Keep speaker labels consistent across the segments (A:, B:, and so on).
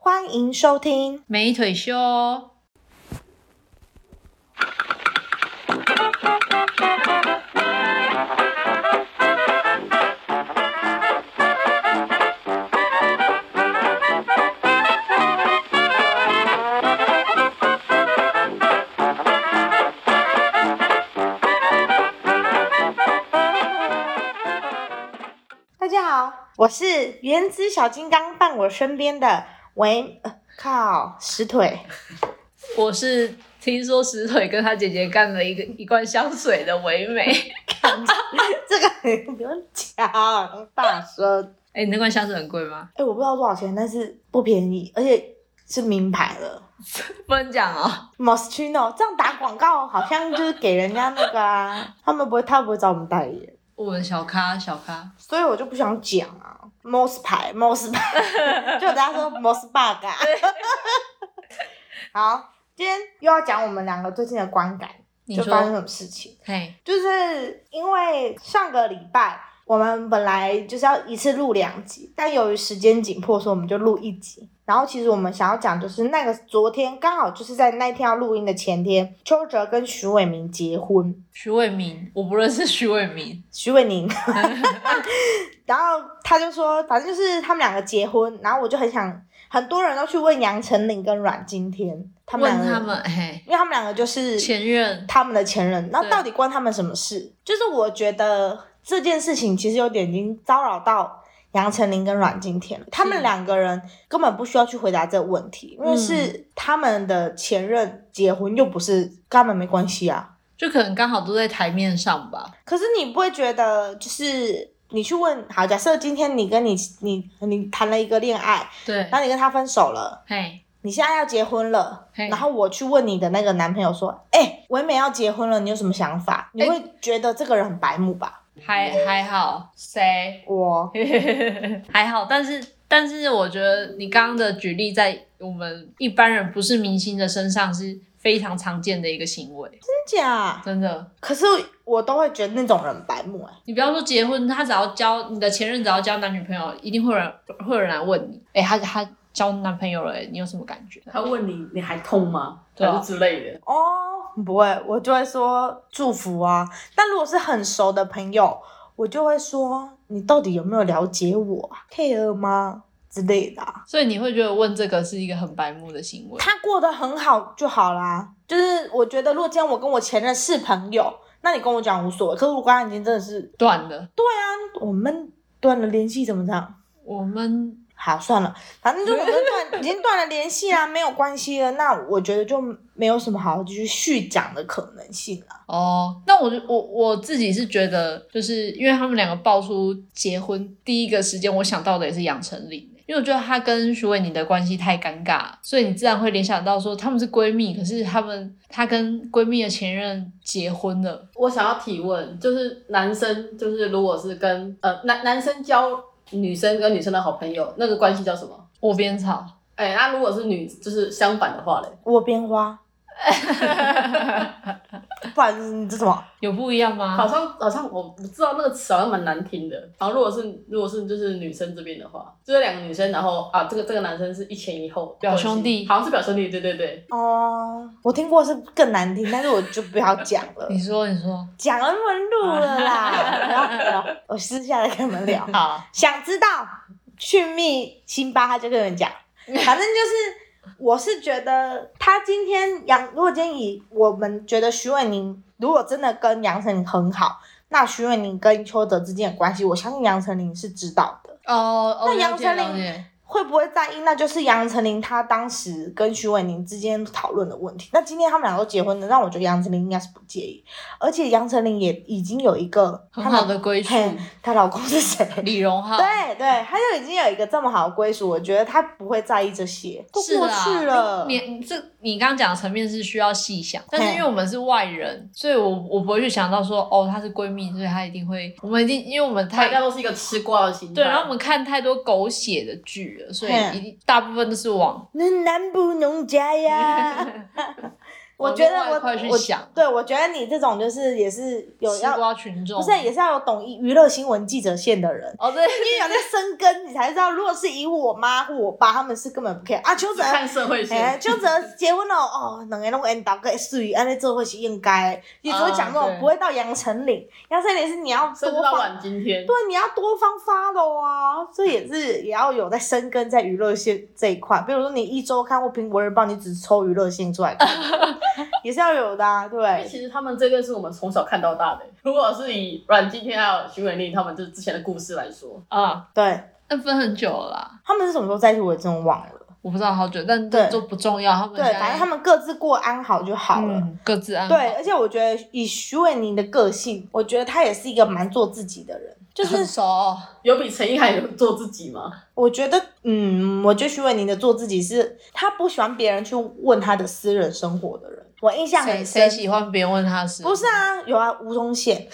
A: 欢迎收听。
B: 美腿秀，
A: 大家好，我是原子小金刚伴我身边的维、呃靠石腿。
B: 我是听说石腿跟他姐姐干了一个一罐香水的唯美。
A: 这个很不用讲，大声。
B: 哎、你那罐香水很贵吗？
A: 哎、我不知道多少钱，但是不便宜，而且是名牌了。
B: 不能讲哦。
A: Moschino 这样打广告，好像就是给人家那个啊， 他们不会，他不会找我们代言，
B: 我们小咖小咖，
A: 所以我就不想讲啊。Mos 牌，Mos 牌，就大家说 Mos bug 啊。 好，今天又要讲我们两个最近的观感，
B: 你
A: 就发生
B: 说，
A: 什么事情。
B: 嘿，
A: 就是因为上个礼拜我们本来就是要一次录两集，但由于时间紧迫，所以我们就录一集。然后其实我们想要讲就是那个昨天刚好就是在那一天要录音的前天，邱哲跟徐伟明结婚，
B: 徐伟明，我不认识徐伟明。
A: 徐伟 宁，然后他就说反正就是他们两个结婚，然后我就很想，很多人都去问杨丞琳跟阮经天，他们两
B: 问
A: 个
B: 他们，嘿，
A: 因为他们两个就是
B: 前任
A: 他们的前任，那
B: 对
A: 到底关他们什么事？就是我觉得这件事情其实有点已经骚扰到杨丞琳跟阮经天了，他们两个人根本不需要去回答这个问题，因为
B: 嗯
A: 是他们的前任结婚，又不是跟他们没关系啊。
B: 就可能刚好都在台面上吧。
A: 可是你不会觉得就是？你去问好，假设今天你跟你你你谈了一个恋爱，
B: 对，
A: 然后你跟他分手了，
B: 嘿，
A: 你现在要结婚了，
B: 嘿
A: 然后我去问你的那个男朋友说：“哎、唯美要结婚了，你有什么想法？”你会觉得这个人很白目吧？
B: 还还好，谁？
A: 我
B: 还好，但是但是我觉得你刚刚的举例在我们一般人不是明星的身上是非常常见的一个行为，
A: 真假？
B: 真的。
A: 可是我都会觉得那种人很白目哎、
B: 你不要说结婚，他只要交你的前任，只要交男女朋友，一定会有人会有人来问你，哎、他他交男朋友了、哎你有什么感觉？
C: 他问你你还痛吗？
B: 对啊
C: 还是之类的。
A: 哦，不会，我就会说祝福啊。但如果是很熟的朋友，我就会说你到底有没有了解我啊？care 吗？之类的啊、
B: 所以你会觉得问这个是一个很白目的行为。
A: 他过得很好就好啦。就是我觉得，如果今天我跟我前任是朋友，那你跟我讲无所谓。可是如果他已经真的是
B: 断了，
A: 我们断了联系怎么样？
B: 我们
A: 好，算了，反正就我们断已经断了联系啦，没有关系了。那我觉得就没有什么好继续续讲的可能性了。
B: 哦，那我就我我自己是觉得，就是因为他们两个爆出结婚，第一个时间我想到的也是杨丞琳，欸因为我觉得她跟徐伟宁的关系太尴尬，所以你自然会联想到说他们是闺蜜，可是他们她跟闺蜜的前任结婚了，
C: 我想要提问，就是男生，就是如果是跟呃男男生交女生跟女生的好朋友，那个关系叫什么？
B: 窝边草，
C: 哎、那如果是女，就是相反的话嘞，
A: 窝边花，不然就是你这什么？
B: 有不一样吗
C: 好？像好像我不知道那个词好像蛮难听的。然后如果是如果是就是女生这边的话，就是两个女生，然后啊这个这个男生是一前一后
B: 表兄弟
C: 好像是表兄弟，对对对。
A: 哦，我听过是更难听，但是我就不要讲了
B: 你，说，你说，
A: 讲了不能录了啦。不要不要，我私下来跟你们聊。
B: 好，
A: 想知道去密辛巴，他就跟人 讲，反正就是，我是觉得他今天杨，如果今天以我们觉得徐伟宁如果真的跟杨丞琳很好，那徐伟宁跟邱泽之间的关系，我相信杨丞琳是知道的。
B: 哦哦，
A: 那
B: 了解
A: 杨丞琳
B: 了解
A: 会不会在意？那就是杨丞琳她当时跟徐伟宁之间讨论的问题。那今天他们两个都结婚了，那我觉得杨丞琳应该是不介意，而且杨丞琳也已经有一个
B: 很
A: 她老
B: 好的归宿，
A: 嘿她老公 是谁？
B: 李荣浩，
A: 对对，他就已经有一个这么好的归属，我觉得他不会在意这些，都
B: 是
A: 过
B: 啦
A: 去了。
B: 你这你刚刚讲的层面是需要细想，但是因为我们是外人，所以我我不会去想到说哦，她是闺蜜，所以她一定会，我们一定因为我们
C: 大
B: 太
C: 家都是一个吃瓜的心态。
B: 对，然后我们看太多狗血的剧了，所以
A: 嘿
B: 一定大部分都是往
A: 那南部农家呀， 我觉得
B: 往另外
A: 我
B: 一块去
A: 我
B: 想
A: 对我觉得你这种就是也是有
B: 吃
A: 要
B: 瓜群众
A: 不是也是要有懂娱乐新闻记者线的人。
B: 哦对，
A: 因为有在生根，你才知道。如果是以我妈或我爸，他们是根本不 care 啊。邱泽，
C: 看社会性。
A: 哎、邱泽结婚了哦，两个拢缘投个水，安尼做伙是应该的。你只会讲那
B: 啊
A: 种，
B: 对
A: 不会到杨丞琳。杨丞琳是你要
C: 甚
A: 多
C: 至到
A: 方，
C: 晚今天，
A: 对，你要多方 follow 啊。这也 是也要有在生根在娱乐线这一块。比如说你一周刊或苹果日报，你只抽娱乐性出来 看，也是要有的、啊。
C: 因为
A: 对，
C: 其实他们这对是我们从小看到大的。 如果是以阮经天还有徐伟丽他们就是之前的故事来说，
B: 啊，
A: 对，
B: 但分很久了啦，
A: 他们是什么时候在一起，我也真的忘了。
B: 我不知道好久，但
A: 对
B: 这都不重要，他们
A: 对，
B: 现在
A: 反正他们各自过安好就好了。
B: 嗯各自安
A: 对，而且我觉得以徐伟宁的个性，我觉得他也是一个蛮做自己的人。就
B: 很
A: 是
B: 熟哦，
C: 有比陈意涵有做自己吗？
A: 我觉得，嗯，我觉得徐伟宁的做自己是，他不喜欢别人去问他的私人生活的人。我印象
B: 谁
A: 很
B: 谁
A: 深，
B: 喜欢别人问他是
A: 不是啊，有啊，吴宗 宪，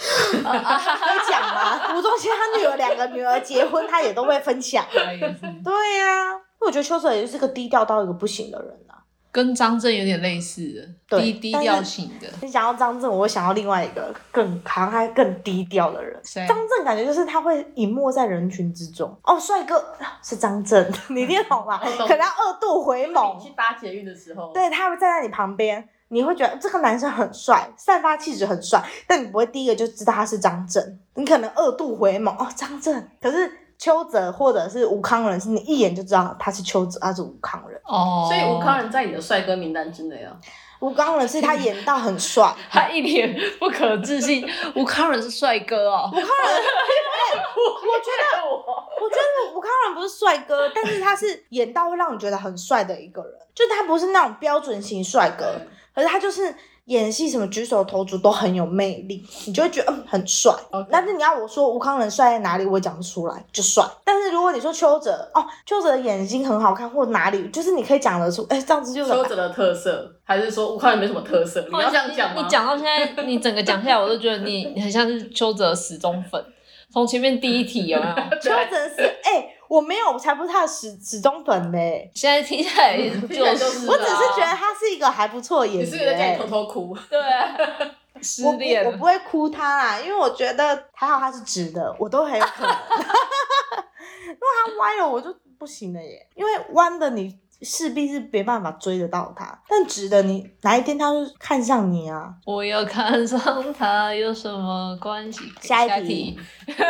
A: 可以讲吗？吴宗宪他女儿两个女儿结婚，他也都会分享。
B: 哎呀嗯
A: 对呀、因为我觉得邱泽也是个低调到一个不行的人啊。
B: 跟张震有点类似的，
A: 对
B: 低低
A: 但是
B: 调型的，
A: 你想要张震，我想要另外一个更好像还更低调的人。
B: 谁
A: 张震感觉就是他会隐没在人群之中。哦，帅哥是张震，你一定懂吧？
C: 嗯我懂
A: 可能要二度回
C: 你
A: 眸
C: 去，搭捷运的时候，
A: 对，他会站在你旁边，你会觉得这个男生很帅，散发气质很帅，但你不会第一个就知道他是张震，你可能二度回眸，哦，张震。可是邱泽或者是吴康仁，是你一眼就知道他是邱泽，他是吴康仁。
B: 哦，
C: 所以吴康仁在你的帅哥名单之内啊。
A: 吴康仁是他演到很 帅，
B: 他一脸不可置 信，吴康仁是帅哥哦，
C: 我觉得 我
A: 我觉得吴康仁不是帅哥，但是他是演到会让你觉得很帅的一个人，就他不是那种标准型帅哥，可是他就是演戏什么举手投足都很有魅力，你就会觉得嗯很帅。
C: OK
A: 但是你要我说吴康仁帅在哪里，我也讲不出来，就帅。但是如果你说邱泽哦，邱泽的眼睛很好看，或哪里就是你可以讲得出，哎，这样子就
C: 邱泽的特色，还是说吴康仁没什么特哦色？你要这样讲吗？
B: 你讲到现在，你整个讲下来，我都觉得你 你很像是邱泽死忠粉。从前面第一题有没有？
A: 邱泽是哎，我没有，我才不是他的始始终粉嘞。
B: 现在听起来就
C: 听
B: 是
C: 起来就是
B: 啊，
C: 啊
A: 我只是觉得他是一个还不错的演员。
C: 你是不是在家里偷偷哭？
B: 对啊失
A: 我不
B: 恋
A: 我不
B: 了。
A: 会哭他啦，因为我觉得还好他是直的，我都很有可能。 如果他歪了，我就不行了耶，因为弯的你势必是没办法追得到他，但直的你哪一天他就看上你啊？
B: 我要看上他有什么关系？
A: 下一
B: 一
A: 题，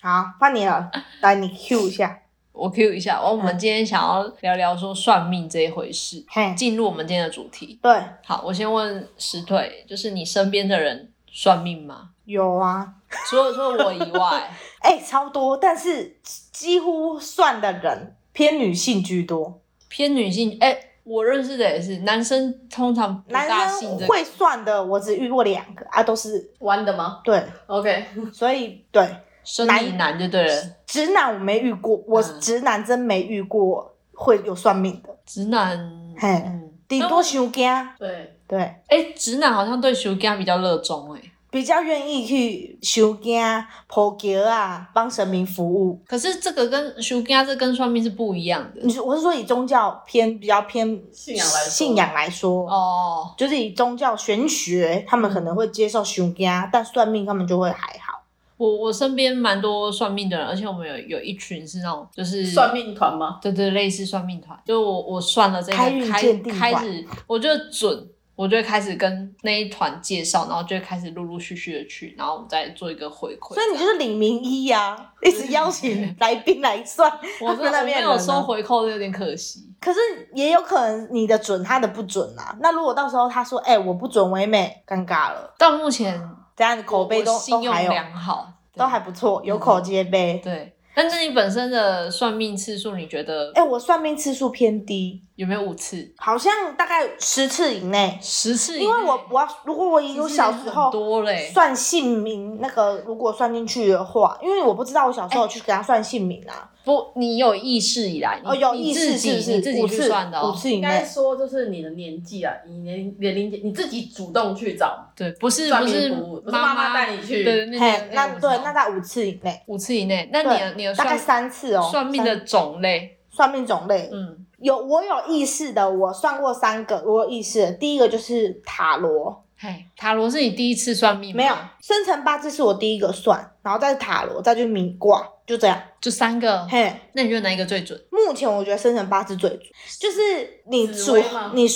A: 好，换你了，来你 Q 一下，
B: 我 Q 一下。我我们今天想要聊聊说算命这一回事，
A: 嘿，
B: 进入我们今天的主题。
A: 对，
B: 好，我先问石腿，就是你身边的人算命吗？
A: 有啊，
B: 除了除了我以外，
A: 哎、超多，但是几乎算的人偏女性居多，
B: 偏女性，哎、我认识的也是男生，通常不大
A: 男
B: 信
A: 生
B: 这个。
A: 会算的我只遇过两个啊，都是
C: 弯的吗
A: 对，
C: ？OK，
A: 所以对。
B: 生理男就对了，
A: 直男我没遇过，我
B: 嗯
A: 直男真没遇过会有算命的，
B: 直男，
A: 嘿
B: 嗯，
A: 顶
B: 那
A: 多想惊，
C: 对，
A: 对，
B: 哎、直男好像对修家比较热衷哎、
A: 比较愿意去想惊、破桥啊，帮神明服务。
B: 可是这个跟修家这跟算命是不一样的
A: 你说我是说以宗教偏比较偏
C: 信仰来说
A: 信仰来说，
B: 哦。
A: 就是以宗教玄学，他们可能会接受想惊，但算命他们就会还好。
B: 我我身边蛮多算命的人，而且我们有有一群是那种就是
C: 算命团吗？
B: 对对，类似算命团，就我我算了这个
A: 开运
B: 开
A: 鉴定
B: 开
A: 团
B: 始，我觉得准，我就会开始跟那一团介绍，然后就会开始陆陆续续的去，然后我们再做一个回馈。
A: 所以你就是李明一呀、啊，一直邀请来宾来算，
B: 这样我
A: 他们
B: 真的
A: 那
B: 我没
A: 边
B: 有
A: 人呢
B: 收回扣，有点可惜。
A: 可是也有可能你的准，他的不准啊。那如果到时候他说，哎、我不准唯美，尴尬了。
B: 到目前
A: 这样口碑
B: 我
A: 都
B: 我信
A: 都
B: 用
A: 还有，
B: 良好，对嗯
A: 都还不错，有口皆碑。
B: 对。但是你本身的算命次数，你觉得
A: 哎、我算命次数偏低，
B: 有没有五次、
A: 好像大概十次以内。
B: 十次以内？
A: 因为我我要如果我
B: 其
A: 有
B: 实
A: 小时候
B: 很多欸嘞，
A: 算姓名那个，如果算进去的话，因为我不知道我小时候
B: 哎
A: 有去给他算姓名啊，
B: 不，你有意识以来，你
A: 哦有
B: 你
A: 意
B: 自
A: 识
B: 己
A: 是不
B: 你自
A: 是？
B: 己
A: 五
B: 去
A: 次
B: 算的
A: 五
B: 哦，
A: 次以
C: 应该
A: 内，
C: 说就是你的年纪啊，你年年龄阶你自己主动去找
B: 对，不是
C: 算
B: 不
C: 命
B: 是
C: 服务，不是
B: 妈
C: 妈带你去。
B: 对，那
A: 嘿
B: 个，
A: 那
B: 个
A: 对
B: 我知道
A: 那在五次以内，
B: 五次以内，那你
A: 对
B: 有你有
A: 大概
B: 啊算
A: 三次哦。
B: 算命
A: 三
B: 的种类，
A: 算命种类，
B: 嗯，
A: 有我有意识的，我算过三个，我有意识的。第一个就是塔罗，
B: 嘿，塔罗是你第一次算命吗？
A: 没有，生辰八字是我第一个算，然后再是塔罗，再就是米卦，就这样。
B: 就三个。
A: 嘿，
B: 那你觉得哪一个最准？
A: 目前我觉得生辰八字最准，就是你
C: 紫
A: 主
C: 微吗
A: 你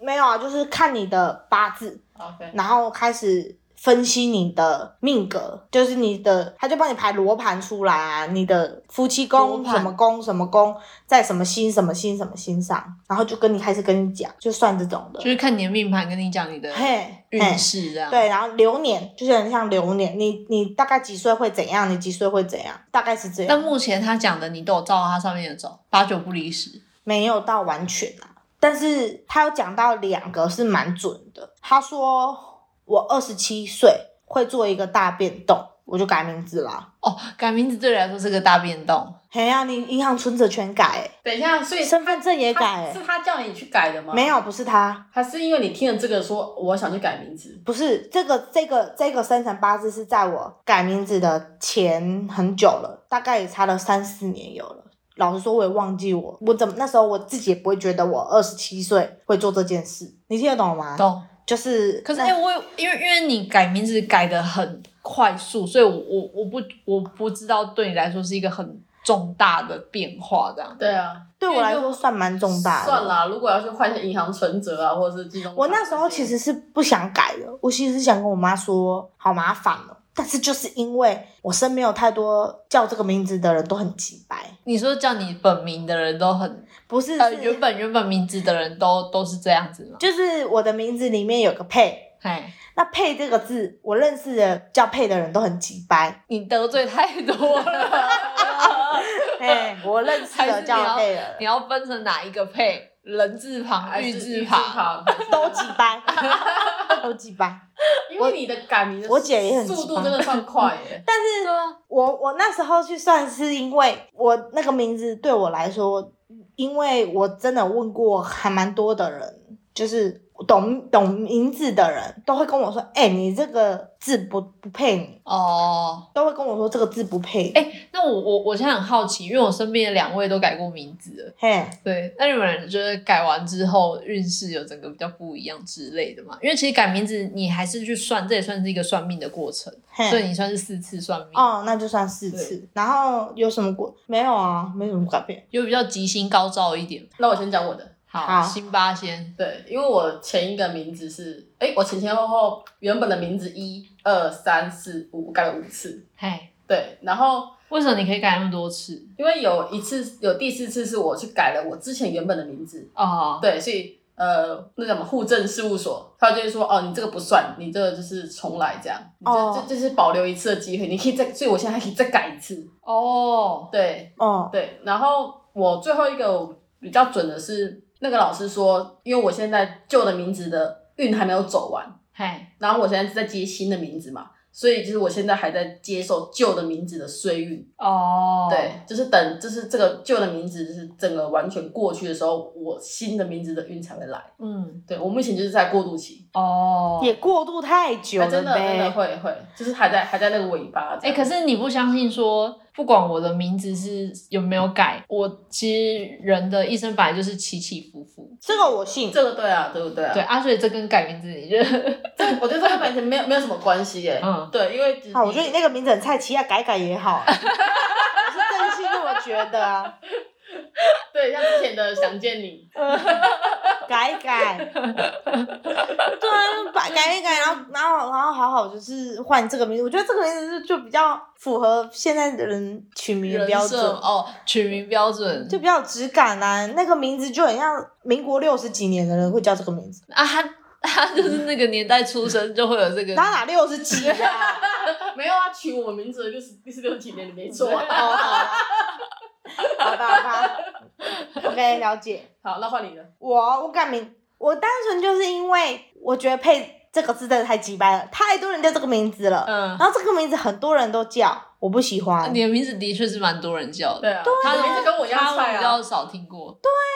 A: 没有啊，就是看你的八字，
C: OK，
A: 然后开始分析你的命格，就是你的，他就帮你排罗盘出来啊，你的夫妻宫
B: 罗盘
A: 什么宫什么宫在什么星什么星什么星上，然后就跟你开始跟你讲，就算这种的
B: 就，是看你的命盘，跟你讲你的
A: 嘿，嘿
B: 运势这样。
A: 对，，然后流年就是很像流年，你你大概几岁会怎样，你几岁会怎样，大概是这
B: 但
A: 样，
B: 目前他讲的你都有照他上面的走，八九不离十。
A: 没有到完全啊。但是他有讲到两个是蛮准的，他说我二十七岁会做一个大变动，我就改名字啊啦。
B: 哦，改名字对你来说是个大变动。
A: 嘿呀、你银行存折全改、欸，
C: 等一下，所以
A: 身份证也
C: 他
A: 改、
C: 是
A: 欸，
C: 他叫你去改的吗？
A: 没，有，不是他，
C: 还是因为你听了这个说我想去改名字，
A: 不是这个这个这个生辰八字是在我改名字的前很久了，大概也差了三四年有了。老实说，我也忘记我我怎么那时候我自己也不会觉得我二十七岁会做这件事，你听得懂吗？
B: 懂。
A: 就是，
B: 可是
A: 那
B: 哎、欸我有因为因为你改名字改的很快速，所以我我我不我不知道对你来说是一个很重大的变化这样。
C: 对啊，
A: 对我来说算蛮重大的。
C: 算，啦，如果要去换一些银行存折啊，或者是金融卡，
A: 我那时候其实是不想改的，我其实是想跟我妈说，好麻烦哦。但是就是因为我身边有太多叫这个名字的人都很急白，
B: 你说叫你本名的人都很
A: 不是
B: 呃
A: 是
B: 原本原本名字的人都都是这样子吗？
A: 就是我的名字里面有个佩，
B: 哎，
A: 那佩这个字，我认识的叫佩的人都很急 掰，
B: 你得罪太多了，
A: 哎，我认识的叫佩的
B: 你
A: 人
B: 要分成哪一个配？人字旁、
C: 还是
B: 玉字
C: 玉字
B: 旁。
C: 旁，
A: 都急掰， 都急掰。
C: 因为你的改名的
A: 我姐也很
C: 速
A: 急
C: 度
A: 吧
C: 真的算快 耶，
A: 但是
B: 对啊，
A: 我我那时候去算是因为我那个名字对我来说，因为我真的问过还蛮多的人，就是懂懂名字的人都会跟我说，哎、你这个字不不配你，
B: 哦，
A: 都会跟我说这个字不配你。
B: 哎那我我我现在很好奇，因为我身边的两位都改过名字了，
A: 嘿，
B: 对，那你们觉得改完之后运势有整个比较不一样之类的吗？因为其实改名字你还是去算，这也算是一个算命的过程，
A: 嘿
B: 所以你算是四次算命，
A: 嗯哦，那就算四次。然后有什么过？没有啊，没什么改变。
B: 有比较吉星高照一点。
C: 那我先讲我的。
B: 好，
A: 好
B: 辛巴先，
C: 对，因为我前一个名字是，哎，我前前后后原本的名字一二三四五，我改了五次。
B: 嘿，
C: 对，然后
B: 为什么你可以改那么多次？
C: 因为有一次有第四次是我去改了我之前原本的名字，
B: 哦，
C: 对，所以呃，那叫什么户政事务所，他就会说哦，你这个不算，你这个就是重来这样，你这、
A: 哦
C: 这这是保留一次的机会，你可以再，所以我现在还可以再改一次。
B: 哦，
C: 对，
A: 哦，
C: 对，然后我最后一个比较准的是，那个老师说，因为我现在旧的名字的运还没有走完，
B: 嘿，
C: 然后我现在是在接新的名字嘛，所以就是我现在还在接受旧的名字的衰运。
B: 哦，
C: 对，，就是等，就是这个旧的名字就是整个完全过去的时候，我新的名字的运才会来。
B: 嗯，
C: 对我目前就是在过渡期，
B: 哦，
A: 也过渡太久
C: 啊、
A: 了
C: 真的真的
A: 呗。
C: 会会，就是还在还在那个尾巴这
B: 哎、
C: 样。
B: 可是你不相信说，不管我的名字是有没有改，我其实人的一生本来就是起起伏伏。
A: 这个我信。
C: 这个对啊，对不对啊？
B: 对啊，所以这跟改名字，你觉得？
C: 这我觉得这跟本身没有没有什么关系 耶、
B: 嗯
C: 对，因为只
A: 好，我觉得你那个名字很菜，其他改改也好 啊。我是真心这么觉得啊。
C: 对，像之前的想见你，
A: 改一改，对啊，把改一改，然后然后然后好好就是换这个名字，我觉得这个名字就就比较符合现在的人取名的标
B: 人设
A: 准，
B: 哦，取名标准
A: 就比较有质感啊。那个名字就很像民国六十几年的人会叫这个名字，
B: 啊，他他就是那个年代出生就会有这个。
A: 哪哪六十几 啊？
C: 没有啊，取我名字的就是第十六几年的没错、
A: 哦，好啊好吧，好 吧，OK，了解。
C: 好，那换你了。
A: 我我改名，我单纯就是因为我觉得配这个字真的太鸡掰了，太多人叫这个名字了。
B: 嗯
A: 然，后这个名字很多人都叫，我不喜欢。
B: 你的名字的确是蛮多人叫的。
C: 对啊，
B: 他
C: 你的名字跟我一样
B: 他我
C: 菜
B: 比
C: 啊
B: 较。少听过。对啊，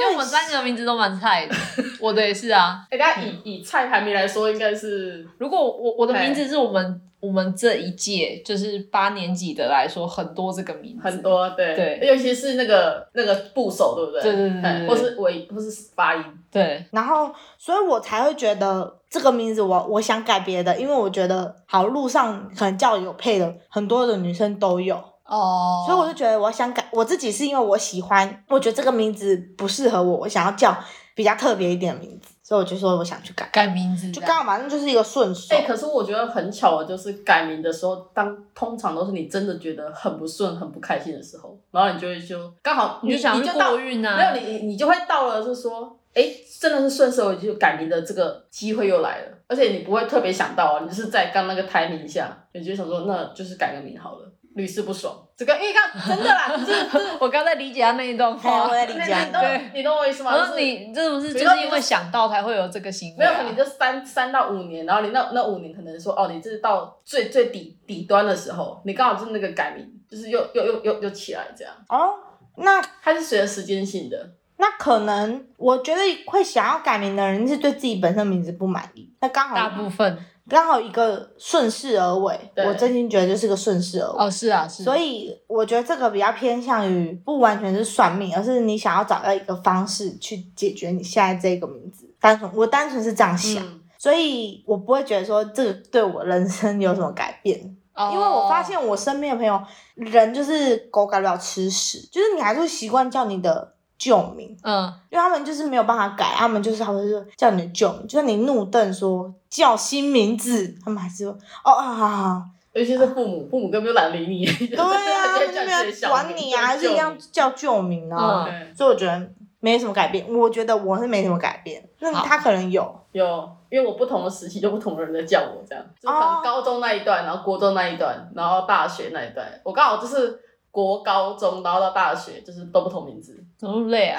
B: 因
A: 所以
B: 为我们三个名字都蛮菜的。我的也是啊。
C: 哎、大家以以菜排名来说，应该是
B: 如果我我的
C: 对
B: 名字是我们我们这一届就是八年级的来说，很多这个名字，
C: 很。多，对
B: 对
C: 尤其是那个那个部首，对不对？
B: 对对对对
C: 哎
B: 对
C: 或是尾，或是发音，
B: 对，
A: 然后，所以我才会觉得这个名字我我想改别的，因为我觉得好路上可能叫有配的很多的女生都有，
B: 哦，
A: 所以我就觉得我想改我自己是因为我喜欢，我觉得这个名字不适合我，我想要叫比较特别一点的名字，所以我就说我想去改，
B: 改名字
A: 就
B: 这样，
A: 刚好反正就是一个顺手。
C: 哎、可是我觉得很巧的，就是改名的时候，当通常都是你真的觉得很不顺、很不开心的时候，然后你就会就刚好
B: 你就想
C: 你
B: 去
C: 就到
B: 过运啊，
C: 没有你，你就会到了，是说，哎、真的是顺手就改名的这个机会又来了，而且你不会特别想到啊，你就是在刚那个 timing 一下，你就想说，那就是改个名好了，屡试不爽。这个，因为刚真的啦，你就是
B: 我刚才理解他那一段
A: 哎，
B: 话，
A: 我也理
C: 你
A: 解。
C: 你懂
B: 对
C: 你懂我意思吗？
B: 我
C: 就
B: 说
C: 是
B: 你这不是
C: 比
B: 就
C: 如说
B: 是因为想到才会有这个行为
C: 没
B: 啊、
C: 有，可能就三三到五年，然后你那那五年可能说哦，你这是到最最底底端的时候，你刚好就是那个改名，就是又又又又又起来这样，
A: 哦，那
C: 它是随着时间性的。
A: 那可能我觉得会想要改名的人是对自己本身名字不满意，那刚好
B: 大部分
A: 刚好一个顺势而为，
C: 对
A: 我真心觉得就是个顺势而为。
B: 哦是啊是，
A: 所以我觉得这个比较偏向于不完全是算命，而是你想要找到一个方式去解决你现在这个名字。单纯我单纯是这样想，
C: 嗯，
A: 所以我不会觉得说这个对我人生有什么改变，
B: 哦
A: 因为我发现我身边的朋友人就是狗改不了吃屎，就是你还是会习惯叫你的旧名。
B: 嗯
A: 因为他们就是没有办法改，他们就是他们就叫你的旧名，就算你怒瞪说叫新名字，他们还是说哦啊好好好，
C: 尤其是父母，父母根本就懒理你， 对
A: 对啊，他们
C: 就
A: 就没
C: 叫你自己
A: 有
C: 小名
A: 管你啊，还是一样。 叫旧名啊，
B: 嗯，
C: 对，
A: 所以我觉得没什么改变，我觉得我是没什么改变，那
B: 好
A: 他可能 有，
C: 有，因为我不同的时期就不同的人在叫我这样，就是可
A: 哦
C: 能高中那一段，然后国中那一段，然后大学那一段，我刚好就是国高中，然后到大学就是都不同名字。
B: 怎么那么累啊？